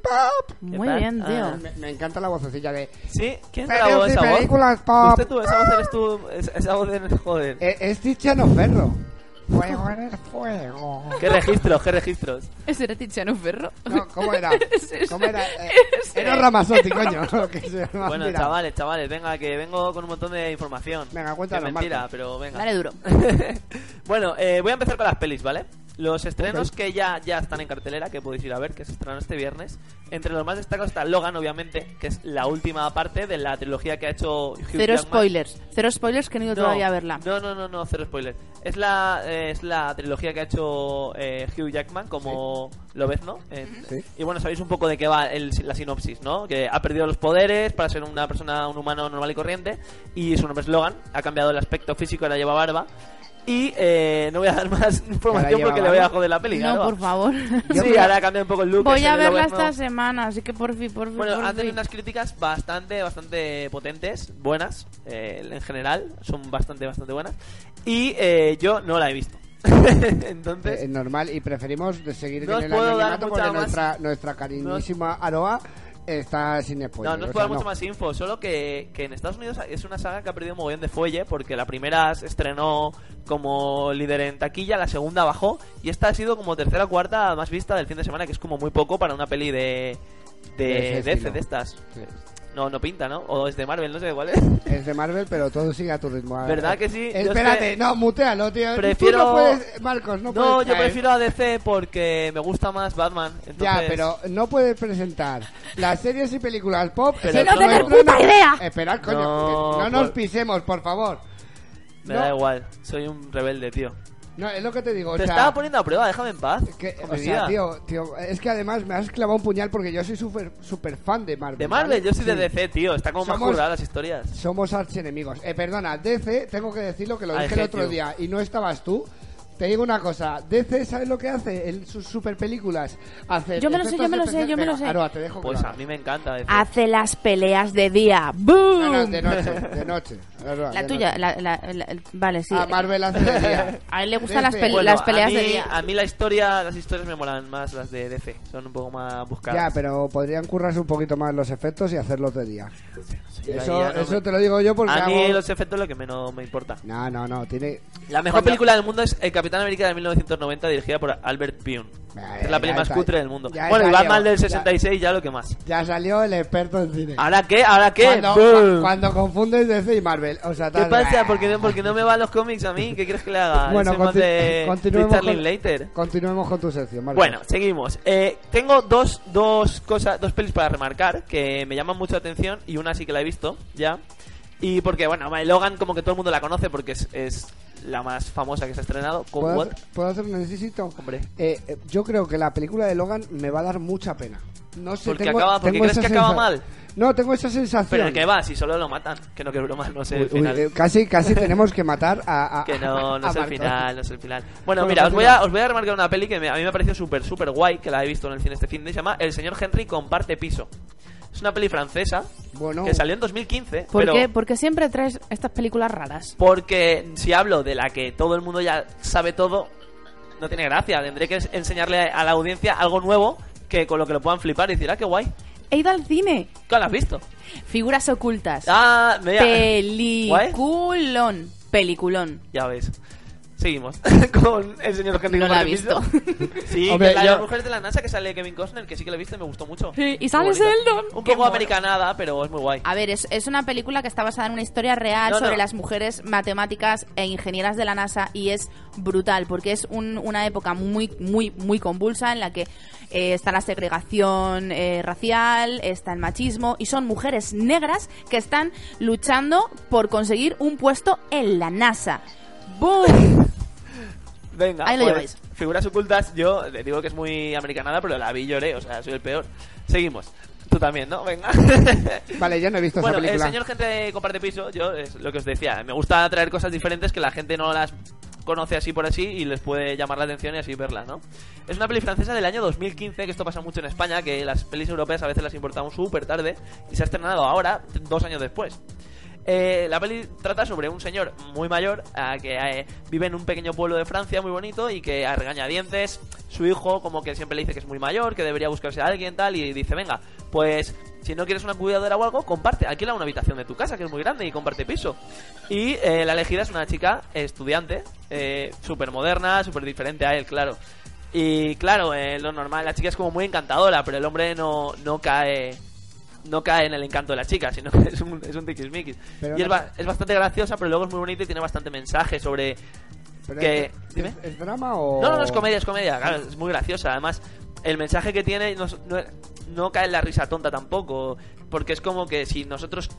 Speaker 7: pop.
Speaker 1: Muy
Speaker 3: tal?
Speaker 1: bien, tío.
Speaker 2: Me, me encanta la vocecilla de.
Speaker 3: ¿Sí? ¿Quién
Speaker 2: Series
Speaker 3: grabó
Speaker 2: y
Speaker 3: esa
Speaker 2: películas
Speaker 3: voz?
Speaker 2: pop.
Speaker 3: Usted tú, esa voz eres tú. es- Esa voz eres... Joder.
Speaker 2: "Eh, Es Tiziano Ferro. Fuego en el fuego.
Speaker 3: ¿Qué registros? ¿Qué registros?
Speaker 1: ¿Ese era Tiziano Ferro?
Speaker 2: No, ¿cómo era?
Speaker 1: Ese-
Speaker 2: ¿Cómo era? Eh,
Speaker 1: ese-
Speaker 2: era Ramazotti, coño. lo que se llama.
Speaker 3: Bueno,
Speaker 2: Mira,
Speaker 3: chavales, chavales, venga, que vengo con un montón de información.
Speaker 2: Venga, cuéntanos,
Speaker 3: Es mentira,
Speaker 2: Marco.
Speaker 3: pero venga.
Speaker 1: Dale duro.
Speaker 3: bueno, eh, voy a empezar con las pelis, ¿vale? Los estrenos que ya, ya están en cartelera, que podéis ir a ver, que se estrenaron este viernes. Entre los más destacados está Logan, obviamente, que es la última parte de la trilogía que ha hecho Hugh
Speaker 1: Cero
Speaker 3: Jackman.
Speaker 1: spoilers. Cero spoilers que no he ido todavía a verla.
Speaker 3: No, no, no, no, cero spoiler. Es la, eh, es la trilogía que ha hecho eh, Hugh Jackman, como lo ves, ¿no? Eh,
Speaker 2: Sí.
Speaker 3: Y bueno, sabéis un poco de qué va el- la sinopsis, ¿no? Que ha perdido los poderes para ser una persona, un humano normal y corriente. Y su nombre es Logan, ha cambiado el aspecto físico, ahora lleva barba. Y eh, no voy a dar más información
Speaker 2: lleva
Speaker 3: porque le voy a
Speaker 2: barba.
Speaker 3: joder la peli.
Speaker 1: No,
Speaker 3: claro.
Speaker 1: por favor.
Speaker 3: Sí, ahora ha cambiado un poco el look.
Speaker 1: Voy
Speaker 3: ese
Speaker 1: a
Speaker 3: de
Speaker 1: verla
Speaker 3: Logan, ¿no?
Speaker 1: esta semana, así que por fin, por fin.
Speaker 3: Bueno,
Speaker 1: por
Speaker 3: han tenido
Speaker 1: fin.
Speaker 3: unas críticas bastante, bastante potentes, buenas, eh, en general, son bastante, bastante buenas. Y eh, yo no la he visto.
Speaker 2: eh,
Speaker 3: Entonces,
Speaker 2: normal y preferimos de seguir
Speaker 3: No
Speaker 2: con
Speaker 3: os
Speaker 2: el
Speaker 3: puedo dar
Speaker 2: anonimato
Speaker 3: mucha
Speaker 2: porque
Speaker 3: más-
Speaker 2: nuestra, nuestra cariñísima Aroa está sin spoiler.
Speaker 3: no, no os puedo dar mucho más info, solo que, que en Estados Unidos es una saga que ha perdido un mogollón de fuelle, porque la primera se estrenó como líder en taquilla, la segunda bajó, y esta ha sido como tercera o cuarta más vista del fin de semana, que es como muy poco para una peli de...
Speaker 2: De
Speaker 3: De,
Speaker 2: ese
Speaker 3: de,
Speaker 2: estilo.
Speaker 3: de estas.
Speaker 2: Sí.
Speaker 3: No, no pinta, ¿no? O es de Marvel, no sé cuál es.
Speaker 2: Es de Marvel, pero todo sigue a tu ritmo.
Speaker 3: ¿Verdad que sí? Yo
Speaker 2: Espérate,
Speaker 3: es que-
Speaker 2: no, mutealo, tío.
Speaker 3: Prefiero-
Speaker 2: Tú no puedes, Marcos, no, puedes.
Speaker 3: No, yo
Speaker 2: traer-
Speaker 3: prefiero a DC porque me gusta más Batman. Entonces...
Speaker 2: Ya, pero no puedes presentar las series y películas pop.
Speaker 3: Pero
Speaker 2: Sí,
Speaker 3: no tenés
Speaker 1: puta idea.
Speaker 2: Esperad, coño.
Speaker 3: No,
Speaker 2: que No, nos
Speaker 3: por-
Speaker 2: pisemos, por favor.
Speaker 3: Me da
Speaker 2: no.
Speaker 3: igual, soy un rebelde, tío.
Speaker 2: No, es lo que te digo. o
Speaker 3: Te
Speaker 2: sea,
Speaker 3: estaba poniendo a prueba, déjame en paz.
Speaker 2: que-
Speaker 3: con
Speaker 2: o
Speaker 3: mi
Speaker 2: sea,
Speaker 3: vida.
Speaker 2: tío, tío, es que además me has clavado un puñal porque yo soy súper super fan de Marvel.
Speaker 3: De Marvel,
Speaker 2: ¿vale?
Speaker 3: yo soy de
Speaker 2: Sí.
Speaker 3: DC, tío. Está como más
Speaker 2: Somos-
Speaker 3: currada las historias.
Speaker 2: Somos archienemigos. Eh, perdona, DC, tengo que decirlo que lo
Speaker 3: I
Speaker 2: dije el
Speaker 3: hate
Speaker 2: otro
Speaker 3: you.
Speaker 2: día y no estabas tú. Te digo una cosa, DC, ¿sabes lo que hace en sus super películas? Hacer
Speaker 1: Yo me lo sé,
Speaker 2: efectos
Speaker 1: yo me lo sé,
Speaker 2: especiales-
Speaker 1: yo me lo
Speaker 2: Venga,
Speaker 1: sé.
Speaker 2: Aroa, te dejo que
Speaker 3: Pues
Speaker 2: lo
Speaker 3: a
Speaker 2: hagas.
Speaker 3: mí me encanta DC.
Speaker 1: Hace las peleas de día. ¡Boom!
Speaker 2: No, no, de noche, de noche. Aroa,
Speaker 1: La
Speaker 2: de
Speaker 1: tuya,
Speaker 2: noche.
Speaker 1: la, la- la- el- vale, sí.
Speaker 2: Ah, Marvel hace de día.
Speaker 1: A él le gustan las
Speaker 2: DC.
Speaker 1: peli- las peleas
Speaker 3: a mí,
Speaker 1: de día.
Speaker 3: A mí la historia, las historias me molan más las de DC. Son un poco más
Speaker 2: Ya,
Speaker 3: buscadas.
Speaker 2: pero podrían currarse un poquito más los efectos y hacerlos de día.
Speaker 3: Sí,
Speaker 2: Eso,
Speaker 3: ya no me-
Speaker 2: eso te lo digo yo porque
Speaker 3: A mí
Speaker 2: hago-
Speaker 3: los efectos es lo que menos me importa.
Speaker 2: No, no, no, tiene...
Speaker 3: La mejor
Speaker 2: Cuando-
Speaker 3: película del mundo es El Capitán América de 1990, dirigida por Albert Pyun.
Speaker 2: Vale,
Speaker 3: es la peli
Speaker 2: ya
Speaker 3: más
Speaker 2: está.
Speaker 3: cutre del mundo.
Speaker 2: Ya
Speaker 3: bueno, y
Speaker 2: está,
Speaker 3: Batman
Speaker 2: Leo.
Speaker 3: del
Speaker 2: Ya.
Speaker 3: 66, ya lo que más.
Speaker 2: Ya salió el experto en cine.
Speaker 3: ¿Ahora qué? ¿Ahora qué?
Speaker 2: Cuando,
Speaker 3: ¡Bum!
Speaker 2: cuando confundes DC y Marvel. O sea,
Speaker 3: ¿Qué
Speaker 2: tal- Ah,
Speaker 3: pasa? ¿Por qué, no- por qué no me van los cómics a mí? ¿Qué crees que le haga?
Speaker 2: Bueno,
Speaker 3: Soy más
Speaker 2: conti-
Speaker 3: de,
Speaker 2: continuemos,
Speaker 3: de Charlie
Speaker 2: con,
Speaker 3: Later.
Speaker 2: continuemos con tu sección, Marcos.
Speaker 3: Bueno, seguimos. Eh, tengo dos, dos cosas, dos pelis para remarcar que me llaman mucho la atención y una sí que la he visto ya. Y porque, bueno, My Logan como que todo el mundo la conoce porque es, es la más famosa que se ha estrenado. Con
Speaker 2: ¿Puedo,
Speaker 3: What?
Speaker 2: hacer- puedo hacer un necesito?
Speaker 3: Hombre.
Speaker 2: Eh, eh, yo creo que la película de Logan me va a dar mucha pena. No sé,
Speaker 3: Porque
Speaker 2: tengo,
Speaker 3: acaba- porque
Speaker 2: tengo
Speaker 3: crees
Speaker 2: esa
Speaker 3: que acaba
Speaker 2: sensa-
Speaker 3: mal.
Speaker 2: No, tengo esa sensación.
Speaker 3: Pero que va, si solo lo matan. Que no, que broma, no sé
Speaker 2: Uy,
Speaker 3: el
Speaker 2: uy,
Speaker 3: final.
Speaker 2: eh, casi, casi tenemos que matar a. a-
Speaker 3: Que no, no
Speaker 2: a
Speaker 3: es el
Speaker 2: Marcos.
Speaker 3: final, no es el final. Bueno,
Speaker 2: Bueno,
Speaker 3: mira, os voy,
Speaker 2: continúa.
Speaker 3: a, os voy a remarcar una peli que me- a mí me ha parecido súper, súper guay, que la he visto en el cine este fin de semana. El señor Henry comparte piso. Es una peli francesa
Speaker 2: Bueno.
Speaker 3: que salió en 2015.
Speaker 1: ¿Por
Speaker 3: pero
Speaker 1: qué? Porque siempre traes estas películas raras.
Speaker 3: Porque si hablo de la que todo el mundo ya sabe todo, no tiene gracia. Tendré que ens- enseñarle a la audiencia algo nuevo que con lo que lo puedan flipar y decir, ah, qué guay.
Speaker 1: He ido al cine.
Speaker 3: ¿Qué has visto?
Speaker 1: Figuras ocultas.
Speaker 3: Ah, me
Speaker 1: Peliculón. Peliculón.
Speaker 3: Ya ves. Seguimos con el señor Henry
Speaker 1: No la he
Speaker 3: Cavill.
Speaker 1: visto.
Speaker 3: Sí,
Speaker 2: Hombre,
Speaker 3: que la de
Speaker 2: yo-
Speaker 3: las mujeres de la NASA que sale Kevin Costner, que sí que la he visto y me gustó mucho.
Speaker 1: Sí, y
Speaker 3: Muy
Speaker 1: sale
Speaker 3: bonita.
Speaker 1: Sheldon.
Speaker 3: Un
Speaker 1: Qué
Speaker 3: poco
Speaker 1: mono.
Speaker 3: americanada, pero es muy guay.
Speaker 1: A ver, es, es una película que está basada en una historia real
Speaker 3: No,
Speaker 1: sobre
Speaker 3: no.
Speaker 1: las mujeres matemáticas e ingenieras de la NASA y es brutal porque es un- una época muy, muy, muy convulsa en la que eh, está la segregación eh, racial, está el machismo y son mujeres negras que están luchando por conseguir un puesto en la NASA. ¡Boom!
Speaker 3: Venga,
Speaker 1: Ahí lo
Speaker 3: pues,
Speaker 1: lleváis.
Speaker 3: figuras ocultas, yo le digo que es muy americanada, pero la vi y lloré, o sea, soy el peor. Seguimos. Tú también, ¿no? Venga.
Speaker 2: Vale, yo no he visto
Speaker 3: Bueno,
Speaker 2: esa película.
Speaker 3: el señor gente comparte piso, yo es lo que os decía, me gusta traer cosas diferentes que la gente no las conoce así por así y les puede llamar la atención y así verlas, ¿no? Es una peli francesa del año 2015, que esto pasa mucho en España, que las pelis europeas a veces las importamos súper tarde y se ha estrenado ahora, dos años después. Eh, la peli trata sobre un señor muy mayor ah, que eh, vive en un pequeño pueblo de Francia muy bonito y que a regañadientes su hijo como que siempre le dice que es muy mayor, que debería buscarse a alguien tal y dice, venga, pues si no quieres una cuidadora o algo, comparte, alquila una habitación de tu casa que es muy grande y comparte piso. Y eh, la elegida es una chica estudiante, eh, súper moderna, súper diferente a él, claro. Y claro, eh, lo normal, la chica es como muy encantadora, pero el hombre no, no cae no cae en el encanto de la chica, sino que es un, es un tiquismiquis.
Speaker 2: Pero
Speaker 3: y es,
Speaker 2: no-
Speaker 3: ba- es bastante graciosa, pero luego es muy bonita y tiene bastante mensaje sobre
Speaker 2: Pero
Speaker 3: que-
Speaker 2: es, es-
Speaker 3: dime.
Speaker 2: ¿es drama o.?
Speaker 3: no, no, no, es comedia, es comedia. Claro, es muy graciosa. Además, el mensaje que tiene no, no- no cae en la risa tonta tampoco. Porque es como que si nosotros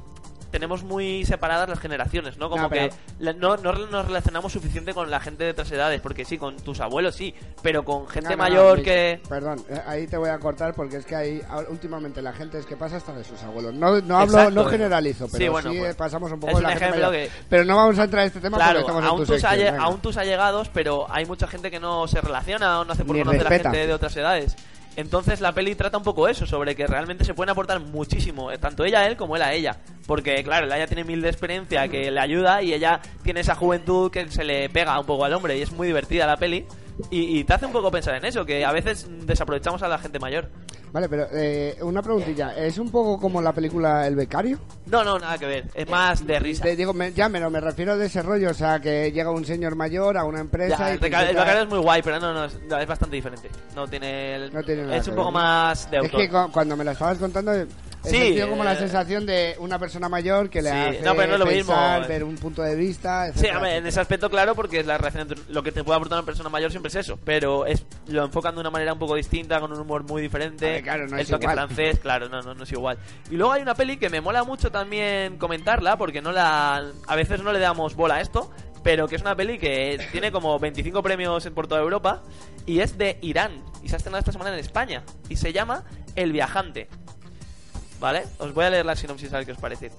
Speaker 3: tenemos muy separadas las generaciones, ¿no? Como
Speaker 2: No, pero-
Speaker 3: que la- no, no nos relacionamos suficiente con la gente de otras edades. Porque sí, con tus abuelos sí, pero con gente
Speaker 2: No, no, no,
Speaker 3: mayor
Speaker 2: mi-
Speaker 3: que...
Speaker 2: Perdón, eh, ahí te voy a cortar porque es que ahí a- últimamente la gente es que pasa hasta de sus abuelos. No, no hablo,
Speaker 3: Exacto.
Speaker 2: no generalizo, pero sí,
Speaker 3: Sí, bueno, pues,
Speaker 2: eh, pasamos un poco
Speaker 3: es
Speaker 2: de la
Speaker 3: un
Speaker 2: gente
Speaker 3: ejemplo
Speaker 2: mayor.
Speaker 3: que-
Speaker 2: Pero no vamos a entrar en este tema
Speaker 3: Claro,
Speaker 2: porque estamos en
Speaker 3: aún
Speaker 2: tu
Speaker 3: tus,
Speaker 2: sección, ¿eh?
Speaker 3: alle-
Speaker 2: venga.
Speaker 3: aún tus allegados, pero hay mucha gente que no se relaciona o no hace por
Speaker 2: Ni
Speaker 3: conocer a
Speaker 2: respeta.
Speaker 3: gente de otras edades. Entonces la peli trata un poco eso, sobre que realmente se pueden aportar muchísimo, eh, tanto ella a él como él a ella. Porque claro, ella tiene mil de experiencia que le ayuda y ella tiene esa juventud que se le pega un poco al hombre y es muy divertida la peli. Y, y te hace un poco pensar en eso, que a veces desaprovechamos a la gente mayor.
Speaker 2: Vale, pero eh, una preguntilla. ¿Es un poco como la película El Becario?
Speaker 3: No, no, nada que ver,
Speaker 2: Eh,
Speaker 3: es más de risa.
Speaker 2: Te digo, me, ya, pero me refiero de ese rollo. O sea, que llega un señor mayor a una
Speaker 3: Ya,
Speaker 2: empresa y.
Speaker 3: el
Speaker 2: te
Speaker 3: Beca- el
Speaker 2: intenta-
Speaker 3: Becario es muy guay, pero no, no, es, es bastante diferente. No tiene, el-
Speaker 2: No tiene nada
Speaker 3: es
Speaker 2: que
Speaker 3: un poco
Speaker 2: ver, ¿no?
Speaker 3: más de
Speaker 2: Es
Speaker 3: autor.
Speaker 2: que cu- cuando me la estabas contando, he
Speaker 3: Sí,
Speaker 2: sentido como la
Speaker 3: eh,
Speaker 2: sensación de una persona mayor que le
Speaker 3: sí,
Speaker 2: hace
Speaker 3: no, pero no es lo mismo,
Speaker 2: pensar,
Speaker 3: eh.
Speaker 2: ver un punto de vista,
Speaker 3: Sí,
Speaker 2: etcétera,
Speaker 3: a ver, en
Speaker 2: etcétera.
Speaker 3: ese aspecto, claro, porque es la relación entre lo que te puede aportar una persona mayor siempre es eso, pero es lo enfocan de una manera un poco distinta, con un humor muy
Speaker 2: A
Speaker 3: diferente.
Speaker 2: ver, claro, no
Speaker 3: el
Speaker 2: es
Speaker 3: toque
Speaker 2: igual.
Speaker 3: francés, claro, no, no, no es igual. Y luego hay una peli que me mola mucho también comentarla, porque no la a veces no le damos bola a esto, pero que es una peli que tiene como 25 premios en- por toda Europa y es de Irán y se ha estrenado esta semana en España y se llama El viajante. ¿Vale? Os voy a leer la sinopsis a ver qué os parece.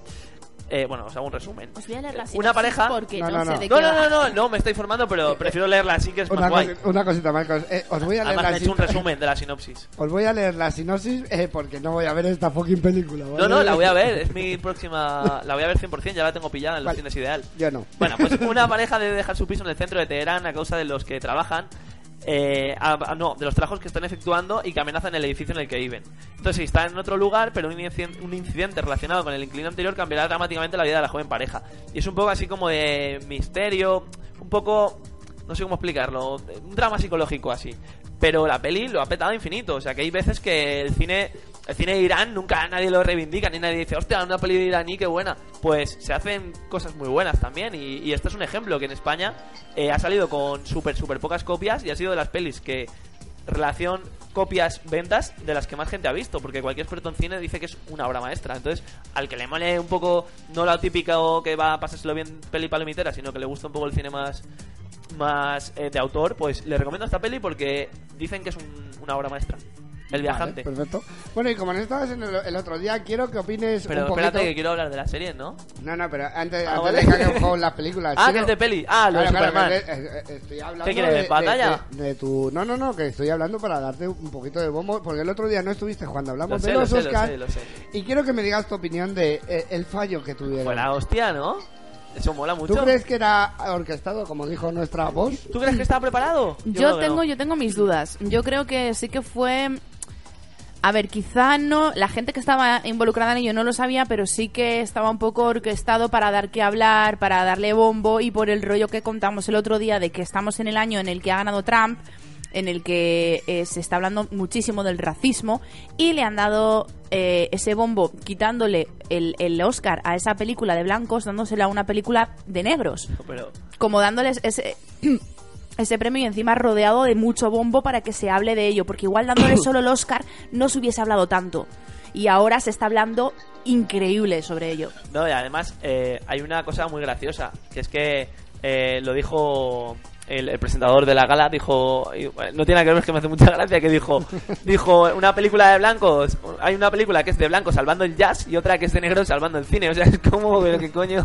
Speaker 3: Eh, bueno, os hago un resumen.
Speaker 1: Os voy a leer la sinopsis
Speaker 3: Una pareja
Speaker 1: porque
Speaker 2: No,
Speaker 1: no,
Speaker 2: no,
Speaker 1: sé
Speaker 2: no.
Speaker 1: de
Speaker 3: no,
Speaker 1: qué
Speaker 3: no,
Speaker 1: va.
Speaker 3: no, no, no, me estoy informando, pero prefiero leerla así que es
Speaker 2: Una,
Speaker 3: más guay.
Speaker 2: cosi- una cosita, Marcos. Eh, os voy a leer
Speaker 3: Además,
Speaker 2: la
Speaker 3: he hecho un
Speaker 2: sinopsis-
Speaker 3: resumen de la sinopsis.
Speaker 2: Os voy a leer la sinopsis eh, porque no voy a ver esta fucking película. ¿vale?
Speaker 3: No, no, la voy a ver, eh. es mi próxima... La voy a ver 100%, ya la tengo pillada en los
Speaker 2: Vale.
Speaker 3: cines ideal.
Speaker 2: Yo no.
Speaker 3: Bueno, pues una pareja debe dejar su piso en el centro de Teherán a causa de los que trabajan. eh, a- a- no, de los trabajos que están efectuando y que amenazan el edificio en el que viven. Entonces, si está en otro lugar, pero un incidente, un incidente relacionado con el inquilino anterior cambiará dramáticamente la vida de la joven pareja. Y es un poco así como de misterio, un poco. No sé cómo explicarlo, un drama psicológico así. Pero la peli lo ha petado infinito. O sea, que hay veces que el cine el cine de Irán nunca nadie lo reivindica, ni nadie dice, hostia, una peli iraní, qué buena. Pues se hacen cosas muy buenas también, y, y este es un ejemplo que en España eh, ha salido con súper, súper pocas copias y ha sido de las pelis que relación copias ventas de las que más gente ha visto porque cualquier experto en cine dice que es una obra maestra entonces al que le mole un poco no lo típico que va a pasárselo bien peli palomitera sino que le gusta un poco el cine más más eh, de autor pues le recomiendo esta peli porque dicen que es un- una obra maestra el viajante
Speaker 2: Vale, pues, perfecto. Bueno, y como no estabas en el, el otro día, quiero que opines
Speaker 3: Pero
Speaker 2: un poquito.
Speaker 3: espérate que quiero hablar de la serie, ¿no?
Speaker 2: No, no, pero antes,
Speaker 3: Ah,
Speaker 2: antes
Speaker 3: vale.
Speaker 2: de que hagan juego las películas.
Speaker 3: Ah,
Speaker 2: quiero-
Speaker 3: que es de peli. Ah, lo de
Speaker 2: Claro, claro,
Speaker 3: Superman.
Speaker 2: que, eh, eh, estoy hablando
Speaker 3: ¿Qué quieres,
Speaker 2: de,
Speaker 3: batalla?
Speaker 2: de- de tu... No, no, no, que estoy hablando para darte un poquito de bombo, porque el otro día no estuviste cuando hablamos
Speaker 3: Lo sé,
Speaker 2: de
Speaker 3: lo
Speaker 2: los
Speaker 3: sé, lo
Speaker 2: Oscars.
Speaker 3: sé, lo sé.
Speaker 2: Y quiero que me digas tu opinión de eh, el fallo que tuvieron.
Speaker 3: Fue la hostia, ¿no? Eso mola
Speaker 2: ¿Tú
Speaker 3: mucho.
Speaker 2: crees que era orquestado, como dijo nuestra voz?
Speaker 3: ¿Tú crees que estaba preparado?
Speaker 1: Yo
Speaker 3: creo que
Speaker 1: tengo,
Speaker 3: no.
Speaker 1: yo tengo mis dudas. Yo creo que sí que fue A ver, quizá no, la gente que estaba involucrada en ello no lo sabía, pero sí que estaba un poco orquestado para dar que hablar, para darle bombo y por el rollo que contamos el otro día de que estamos en el año en el que ha ganado Trump, en el que eh, se está hablando muchísimo del racismo y le han dado eh, ese bombo quitándole el, el Oscar a esa película de blancos, dándosela a una película de negros
Speaker 3: Pero
Speaker 1: como dándoles ese ese premio y encima rodeado de mucho bombo para que se hable de ello, porque igual dándole solo el Oscar no se hubiese hablado tanto. Y ahora se está hablando increíble sobre ello.
Speaker 3: No, y además eh, hay una cosa muy graciosa, que es que eh, lo dijo el, el presentador de la gala, dijo, y, bueno, no tiene nada que ver, es que me hace mucha gracia, que dijo, dijo, una película de blancos, hay una película que es de blancos salvando el jazz y otra que es de negros salvando el cine, o sea, es como, pero qué coño...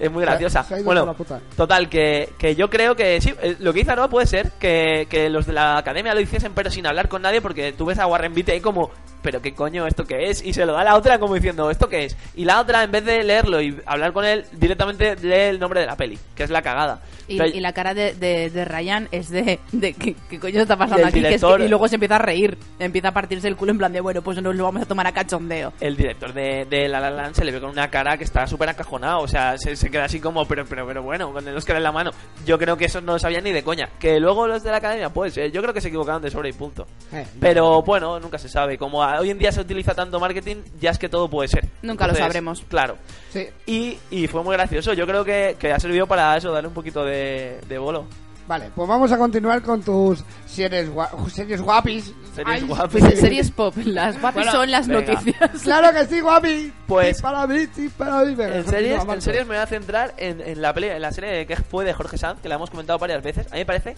Speaker 3: Es muy graciosa.
Speaker 2: Se ha ido por
Speaker 3: Bueno,
Speaker 2: la puta.
Speaker 3: total, que, que yo creo que sí, eh, lo que hizo Aroa puede ser que, que los de la academia lo hiciesen, pero sin hablar con nadie, porque tú ves a Warren Beatty ahí como, pero qué coño, esto qué es, y se lo da a la otra como diciendo, esto qué es. Y la otra, en vez de leerlo y hablar con él, directamente lee el nombre de la peli, que es la cagada.
Speaker 1: Y,
Speaker 3: Pero-
Speaker 1: y la cara de, de, de Ryan es de, de ¿qué, qué coño está pasando
Speaker 3: Y el
Speaker 1: aquí? Que es que-
Speaker 3: director-
Speaker 1: y luego se empieza a reír, empieza a partirse el culo en plan de, bueno, pues nos lo vamos a tomar a cachondeo.
Speaker 3: el director de, de La La Land se le ve con una cara que está súper encajonada, o sea, se, se queda así como, pero, pero, pero bueno, con el Oscar en la mano. Yo creo que eso no lo sabían ni de coña. Que luego los de la academia, pues, eh, yo creo que se equivocaron de sobre y punto.
Speaker 2: Eh,
Speaker 3: Pero bueno, nunca se sabe. Como a- hoy en día se utiliza tanto marketing, ya es que todo puede ser.
Speaker 1: Nunca lo sabremos.
Speaker 3: Claro.
Speaker 2: Sí,
Speaker 3: Y, y fue muy gracioso. Yo creo que, que ha servido para eso, darle un poquito de, de bolo.
Speaker 2: vale, pues vamos a continuar con tus series, gua- series guapis. Ay,
Speaker 3: Series guapis.
Speaker 1: Series pop, las guapis
Speaker 3: Bueno,
Speaker 1: son las
Speaker 3: venga.
Speaker 1: noticias.
Speaker 2: Claro que sí, guapi.
Speaker 3: Pues-
Speaker 2: Sí, para mí, sí, para mí. Venga,
Speaker 3: En
Speaker 2: continúa,
Speaker 3: series, en
Speaker 2: Marco.
Speaker 3: series me voy a centrar en, en la, peli- en la serie que fue de Jorge Sanz, que la hemos comentado varias veces. A mí me parece,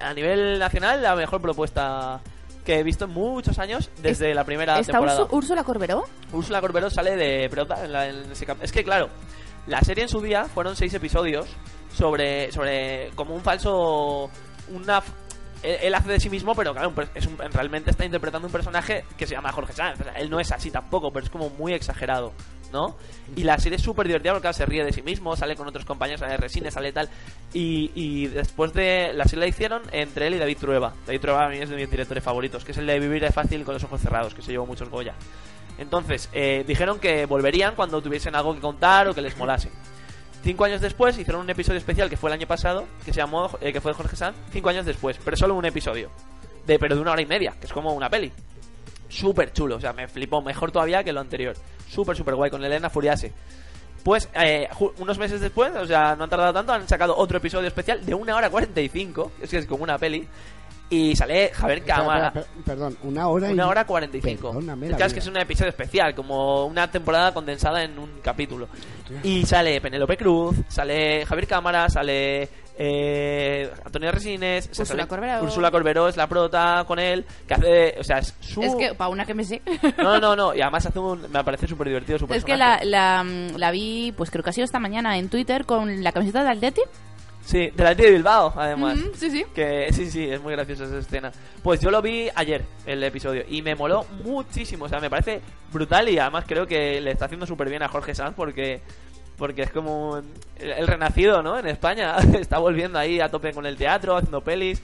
Speaker 3: a nivel nacional, la mejor propuesta que he visto en muchos años desde la primera
Speaker 1: ¿Está
Speaker 3: temporada.
Speaker 1: Ursu- Úrsula Corberó?
Speaker 3: Úrsula Corberó sale de Prota en la- en ese cap- Es que claro, la serie en su día fueron seis episodios sobre, sobre como un falso... Una, f- él, él hace de sí mismo, pero claro, un per- es un- realmente está interpretando un personaje que se llama Jorge Sanz. O sea, él no es así tampoco, pero es como muy exagerado, ¿no? Y la serie es súper divertida porque claro, se ríe de sí mismo, sale con otros compañeros, sale de resine, sale tal. Y, y después de la serie la hicieron entre él y David Trueba. David Trueba a mí es de mis directores favoritos, que es el de Vivir es fácil con los ojos cerrados, que se llevó muchos Goya. Entonces, eh, dijeron que volverían cuando tuviesen algo que contar o que les molase. Cinco años después hicieron un episodio especial que fue el año pasado, que se llamó, eh, que fue de Jorge Sanz, cinco años después, pero solo un episodio. De, pero de una hora y media, que es como una peli. Súper chulo, o sea, me flipó, mejor todavía que lo anterior. Súper, súper guay, con Elena Furiase. Pues eh, ju- unos meses después, o sea, no han tardado tanto, han sacado otro episodio especial de una hora 45, es que es como una peli, y sale Javier
Speaker 2: Espera, espera,
Speaker 3: Cámara.
Speaker 2: per- Perdón, una hora y...
Speaker 3: Una hora cuarenta y cinco.
Speaker 2: Perdóname la
Speaker 3: Claro, es que es
Speaker 2: vida.
Speaker 3: un episodio especial, como una temporada condensada en un capítulo. Y sale Penélope Cruz, sale Javier Cámara, sale eh, Antonio Resines, se
Speaker 1: Úrsula
Speaker 3: sale-
Speaker 1: Corberó.
Speaker 3: Úrsula Corberó es la prota con él, que hace, o sea, es su...
Speaker 1: Es que, para una que me sé.
Speaker 3: No, no, no, y además hace un, me parece súper divertido su
Speaker 1: Es que la,
Speaker 3: personaje.
Speaker 1: la, mm, la vi, pues creo que ha sido esta mañana en Twitter con la camiseta de Atleti.
Speaker 3: Sí, de la tía de Bilbao, además.
Speaker 1: Ujú, sí, sí.
Speaker 3: Que sí, sí, es muy graciosa esa escena. Pues yo lo vi ayer, el episodio, y me moló muchísimo. O sea, me parece brutal y además creo que le está haciendo súper bien a Jorge Sanz porque, porque es como un- el, el renacido, ¿no? En España. está volviendo ahí a tope con el teatro, haciendo pelis.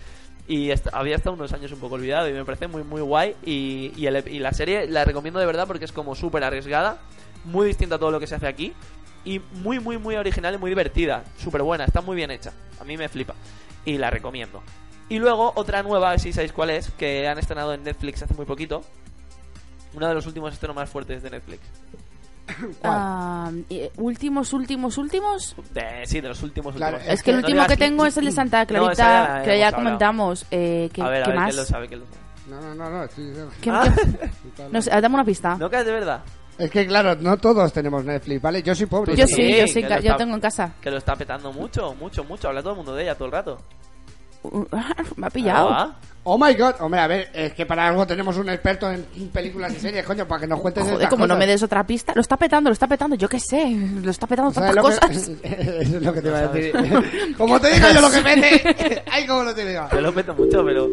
Speaker 3: Y est- había estado unos años un poco olvidado y me parece muy, muy guay. Y, y el ep- y la serie la recomiendo de verdad porque es como súper arriesgada, muy distinta a todo lo que se hace aquí. Y muy, muy, muy original y muy divertida. Súper buena, está muy bien hecha. A mí me flipa. Y la recomiendo. Y luego otra nueva, a ver si sabéis cuál es, que han estrenado en Netflix hace muy poquito. Uno de los últimos estrenos más fuertes de Netflix.
Speaker 2: ¿Cuál?
Speaker 1: Ah, eh, últimos, últimos, últimos.
Speaker 3: De- sí, de los últimos.
Speaker 2: Claro,
Speaker 3: últimos.
Speaker 2: Eh,
Speaker 1: Es que el
Speaker 3: No
Speaker 1: último
Speaker 3: digas
Speaker 1: que tengo es el de Santa
Speaker 3: No, esa ya la
Speaker 1: Clarita, que ya
Speaker 3: hemos hablado.
Speaker 1: comentamos. Eh, ¿Qué,
Speaker 3: A ver, a
Speaker 1: qué
Speaker 3: ver,
Speaker 1: más?
Speaker 3: ¿quién lo sabe? ¿Quién lo sabe?
Speaker 2: No, no, no, no, estoy diciendo-
Speaker 1: ¿Qué-
Speaker 3: Ah.
Speaker 1: qué- no sé, dame una pista.
Speaker 3: ¿No que es de verdad?
Speaker 2: Es que claro, no todos tenemos Netflix, ¿vale? Yo soy pobre.
Speaker 1: yo
Speaker 3: pues sí,
Speaker 1: sí, yo sí,
Speaker 3: que
Speaker 1: ca-
Speaker 3: lo
Speaker 1: yo
Speaker 3: está-
Speaker 1: tengo en casa.
Speaker 3: Que lo está petando mucho, mucho, mucho. Habla todo el mundo de ella todo el rato.
Speaker 1: Uh, Me ha pillado.
Speaker 3: Ah,
Speaker 2: Oh my god, hombre, a ver, es que para algo tenemos un experto en películas y series, coño, para que nos cuentes
Speaker 1: Joder,
Speaker 2: estas
Speaker 1: como no
Speaker 2: cosas.
Speaker 1: me des otra pista. Lo está petando, lo está petando. Yo qué sé. Lo está petando
Speaker 2: ¿Sabes
Speaker 1: tantas
Speaker 2: lo que-
Speaker 1: cosas.
Speaker 2: Eso es lo que te iba a
Speaker 3: No
Speaker 2: decir. como te diga yo lo que mete. Ay, como lo te diga.
Speaker 3: Yo lo peto mucho, pero...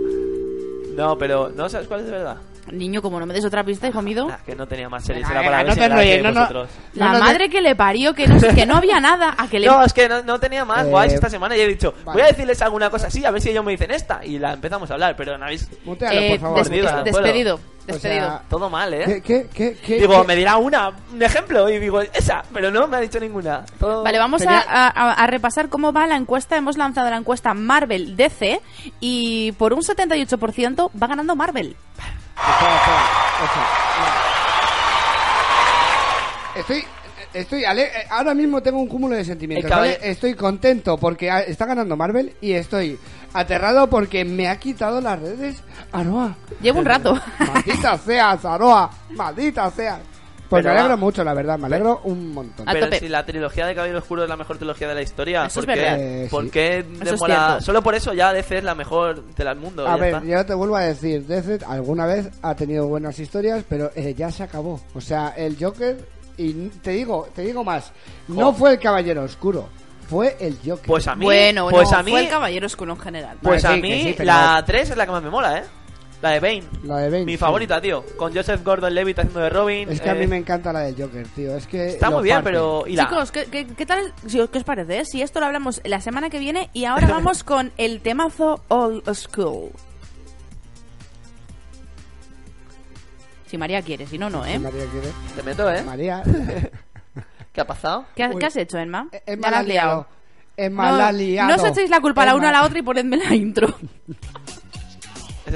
Speaker 3: No, pero... ¿No sabes cuál es de verdad?
Speaker 1: Niño, como no me des otra pista, hijo mío.
Speaker 3: Ah, que no tenía más series.
Speaker 2: Venga,
Speaker 3: Era para
Speaker 2: venga, ah, no
Speaker 3: ver si
Speaker 2: te
Speaker 3: era que
Speaker 2: enrolles, no, no.
Speaker 3: vosotros.
Speaker 1: La
Speaker 2: No, no,
Speaker 1: madre que le parió, que no, sé- que no había nada. A que le...
Speaker 3: No, es que no, no tenía más
Speaker 2: Eh,
Speaker 3: guays esta semana y he dicho,
Speaker 2: vale.
Speaker 3: voy a decirles alguna cosa así, a ver si ellos me dicen esta. Y la empezamos a hablar, pero no habéis...
Speaker 2: Mutealo,
Speaker 1: Eh,
Speaker 2: por favor.
Speaker 1: des-
Speaker 3: Mordida,
Speaker 1: des- despedido. Despedido.
Speaker 3: Todo mal, ¿eh?
Speaker 2: ¿Qué, qué, qué, qué-
Speaker 3: Digo,
Speaker 2: qué-
Speaker 3: me dirá una, un ejemplo, y digo, esa, pero no me ha dicho ninguna. Todo-
Speaker 1: Vale, vamos a-
Speaker 2: Tenía-
Speaker 1: a, a- a repasar cómo va la encuesta. Hemos lanzado la encuesta Marvel DC y por un 78% va ganando Marvel.
Speaker 2: Espera, espera, espera. Estoy, estoy ale- eh, ahora mismo tengo un cúmulo de sentimientos.
Speaker 3: El caballe-
Speaker 2: ¿vale? Estoy contento porque ha- está ganando Marvel y estoy aterrado porque me ha quitado las redes Aroa.
Speaker 1: Llevo un rato.
Speaker 2: Maldita seas, Aroa. Maldita seas. Pues
Speaker 3: Pero
Speaker 2: me alegro
Speaker 3: va.
Speaker 2: mucho, la verdad, me alegro un montón.
Speaker 1: A
Speaker 3: Pero
Speaker 1: tope.
Speaker 3: si la trilogía de Caballero Oscuro es la mejor trilogía de la historia,
Speaker 1: Eso es
Speaker 3: ¿por qué,
Speaker 1: verdad.
Speaker 2: Eh,
Speaker 3: ¿por
Speaker 2: sí.
Speaker 3: qué
Speaker 1: es
Speaker 3: demola-
Speaker 1: cierto.
Speaker 3: Solo por eso ya DC es la mejor del mundo.
Speaker 2: A
Speaker 3: ya
Speaker 2: ver,
Speaker 3: está.
Speaker 2: yo te vuelvo a decir, DC alguna vez ha tenido buenas historias, pero eh, ya se acabó. O sea, el Joker, y n- te digo, te digo más, no
Speaker 3: Jo.
Speaker 2: fue el Caballero Oscuro, fue el Joker.
Speaker 3: Pues a mí,
Speaker 1: bueno,
Speaker 3: pues
Speaker 1: no,
Speaker 3: a mí,
Speaker 1: fue el Caballero Oscuro en general.
Speaker 3: pues
Speaker 2: Vale,
Speaker 3: a
Speaker 2: sí,
Speaker 3: mí
Speaker 2: que sí, pero-
Speaker 3: la 3 es la que más me mola, ¿eh? La de Bane.
Speaker 2: La de Bane,
Speaker 3: Mi
Speaker 2: sí.
Speaker 3: favorita, tío. Con Joseph Gordon-Levitt haciendo de Robin.
Speaker 2: Es que a
Speaker 3: eh,
Speaker 2: mí me encanta la del Joker, tío. Es que
Speaker 3: Está
Speaker 2: lo
Speaker 3: muy bien,
Speaker 2: parte.
Speaker 3: pero... y la-
Speaker 1: Chicos, ¿qué, qué, qué tal? si- ¿Qué os parece? eh? Si esto lo hablamos la semana que viene y ahora vamos con el temazo Old School. Si María quiere, si no, no, ¿eh?
Speaker 2: María quiere.
Speaker 3: Te meto, ¿eh?
Speaker 2: María.
Speaker 3: ¿Qué ha pasado?
Speaker 1: ¿Qué, has-
Speaker 2: Uy. Eh,
Speaker 1: qué has hecho, Emma?
Speaker 2: Es
Speaker 1: Ya la
Speaker 2: mal
Speaker 1: has liado.
Speaker 2: aliado. Es mal aliado.
Speaker 1: No os echéis la culpa la
Speaker 2: Es
Speaker 1: una a
Speaker 2: mal-
Speaker 1: la otra y ponedme la intro.
Speaker 3: ¿Es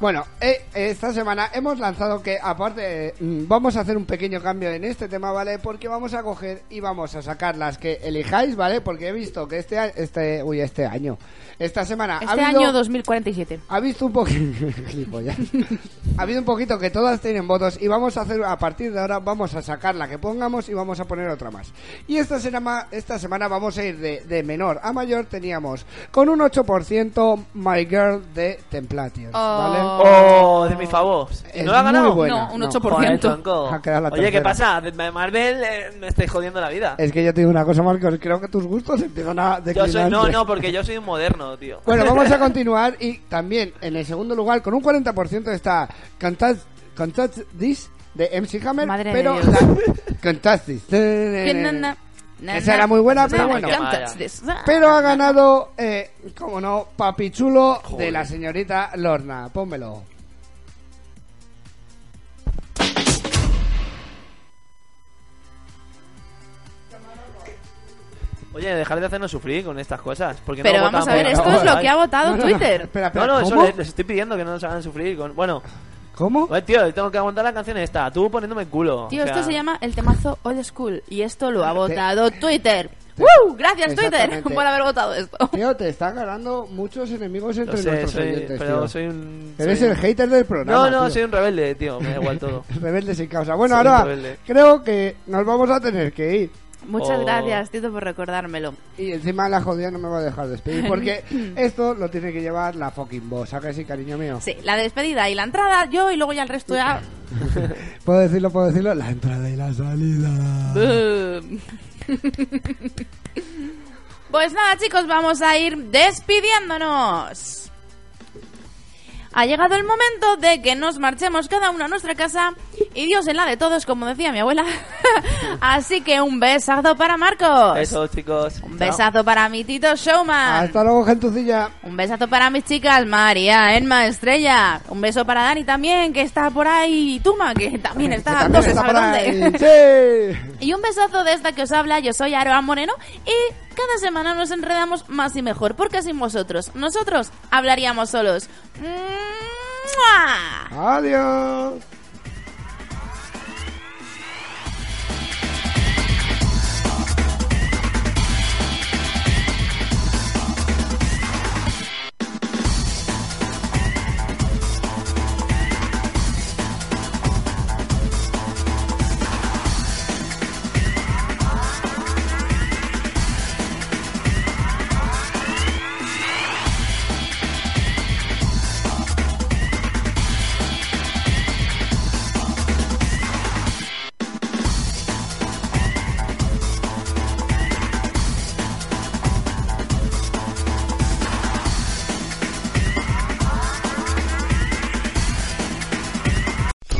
Speaker 2: Bueno, eh, esta semana hemos lanzado que, aparte, eh, mm, vamos a hacer un pequeño cambio en este tema, ¿vale? Porque vamos a coger y vamos a sacar las que elijáis, ¿vale? Porque he visto que este año, este, uy, este año, esta semana ha
Speaker 1: Este
Speaker 2: habido,
Speaker 1: año 2047.
Speaker 2: ha visto un poquito, ha habido un poquito que todas tienen votos y vamos a hacer, a partir de ahora, vamos a sacar la que pongamos y vamos a poner otra más. Y esta semana, esta semana vamos a ir de, de menor a mayor, teníamos con un 8% My Girl de Templatios, ¿vale?
Speaker 3: ¡Oh! De mi favor. ¿Y
Speaker 2: Es
Speaker 3: ¿No la ha
Speaker 2: muy
Speaker 3: ganado?
Speaker 2: buena.
Speaker 1: No, un
Speaker 2: No.
Speaker 1: 8%.
Speaker 3: Joder, tronco.
Speaker 2: Ha quedado la
Speaker 3: Oye, ¿qué
Speaker 2: tercera.
Speaker 3: pasa? De Marvel eh, me estáis jodiendo la vida.
Speaker 2: Es que yo te digo una cosa, Marcos, creo que tus gustos empiezan a
Speaker 3: Yo
Speaker 2: declinar.
Speaker 3: soy, no, no, porque yo soy un moderno, tío.
Speaker 2: Bueno, vamos a continuar y también en el segundo lugar, con un 40% está Contad This de MC Hammer,
Speaker 1: Madre de
Speaker 2: pero
Speaker 1: Dios.
Speaker 2: la- Contad This.
Speaker 1: Que na, na, na,
Speaker 2: Eh, Esa era
Speaker 1: na,
Speaker 2: muy buena,
Speaker 1: na,
Speaker 2: pero
Speaker 1: na,
Speaker 2: bueno.
Speaker 1: can't touch
Speaker 3: Vaya.
Speaker 1: this. Ah.
Speaker 2: Pero ha ganado, eh, como no, Papi Chulo de la señorita Lorna. Pónmelo.
Speaker 3: Oye, dejar de hacernos sufrir con estas cosas. Porque
Speaker 1: Pero
Speaker 3: no
Speaker 1: vamos
Speaker 3: votan
Speaker 1: a ver,
Speaker 3: por-
Speaker 1: esto es lo que ha votado
Speaker 2: No, no, no,
Speaker 1: Twitter.
Speaker 2: Espera, espera,
Speaker 3: No, no,
Speaker 2: ¿cómo?
Speaker 3: eso les, les estoy pidiendo que no nos hagan sufrir. Con... Bueno,
Speaker 2: ¿Cómo?
Speaker 3: oye, tío, tengo que aguantar la canción esta. Tú poniéndome el culo.
Speaker 1: Tío,
Speaker 3: o sea,
Speaker 1: esto se llama el temazo old school y esto lo ha votado Twitter.
Speaker 2: te-
Speaker 1: ¡Woo! Gracias Twitter
Speaker 2: Exactamente.
Speaker 1: por haber votado esto.
Speaker 2: Tío, te están ganando muchos enemigos
Speaker 3: Lo
Speaker 2: entre
Speaker 3: sé,
Speaker 2: nuestros
Speaker 3: soy,
Speaker 2: oyentes,
Speaker 3: pero
Speaker 2: tío.
Speaker 3: soy un.
Speaker 2: Eres
Speaker 3: soy un-
Speaker 2: el hater del programa.
Speaker 3: No, no,
Speaker 2: tío.
Speaker 3: soy un rebelde, tío. Me da igual todo.
Speaker 2: Rebelde sin causa. Bueno,
Speaker 3: Soy
Speaker 2: ahora
Speaker 3: rebelde.
Speaker 2: creo que nos vamos a tener que ir.
Speaker 1: Muchas
Speaker 3: Oh.
Speaker 1: gracias, Tito, por recordármelo.
Speaker 2: Y encima la jodida no me va a dejar despedir porque esto lo tiene que llevar la fucking boss. ¿A que sí, cariño mío?
Speaker 1: Sí, la despedida y la entrada, yo y luego ya el resto ya.
Speaker 2: ¿Puedo decirlo? ¿Puedo decirlo? La entrada y la salida.
Speaker 1: Boom. pues nada, chicos, vamos a ir despidiéndonos. Ha llegado el momento de que nos marchemos cada uno a nuestra casa y Dios en la de todos, como decía mi abuela. Así que un besazo para Marcos.
Speaker 3: Eso, chicos.
Speaker 1: Un
Speaker 3: Chao.
Speaker 1: besazo para mi Tito Showman.
Speaker 2: Hasta luego, gentucilla.
Speaker 1: Un besazo para mis chicas, María, Enma, Estrella. Un beso para Dani también, que está por ahí. Y Tuma, que también está.
Speaker 2: Que también
Speaker 1: Ah, no se
Speaker 2: está
Speaker 1: sabe
Speaker 2: por
Speaker 1: dónde.
Speaker 2: ahí. Sí.
Speaker 1: Y un besazo de esta que os habla, yo soy Aroa Moreno y cada semana nos enredamos más y mejor, porque sin vosotros, nosotros hablaríamos solos. ¡Mua!
Speaker 2: Adiós.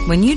Speaker 8: When you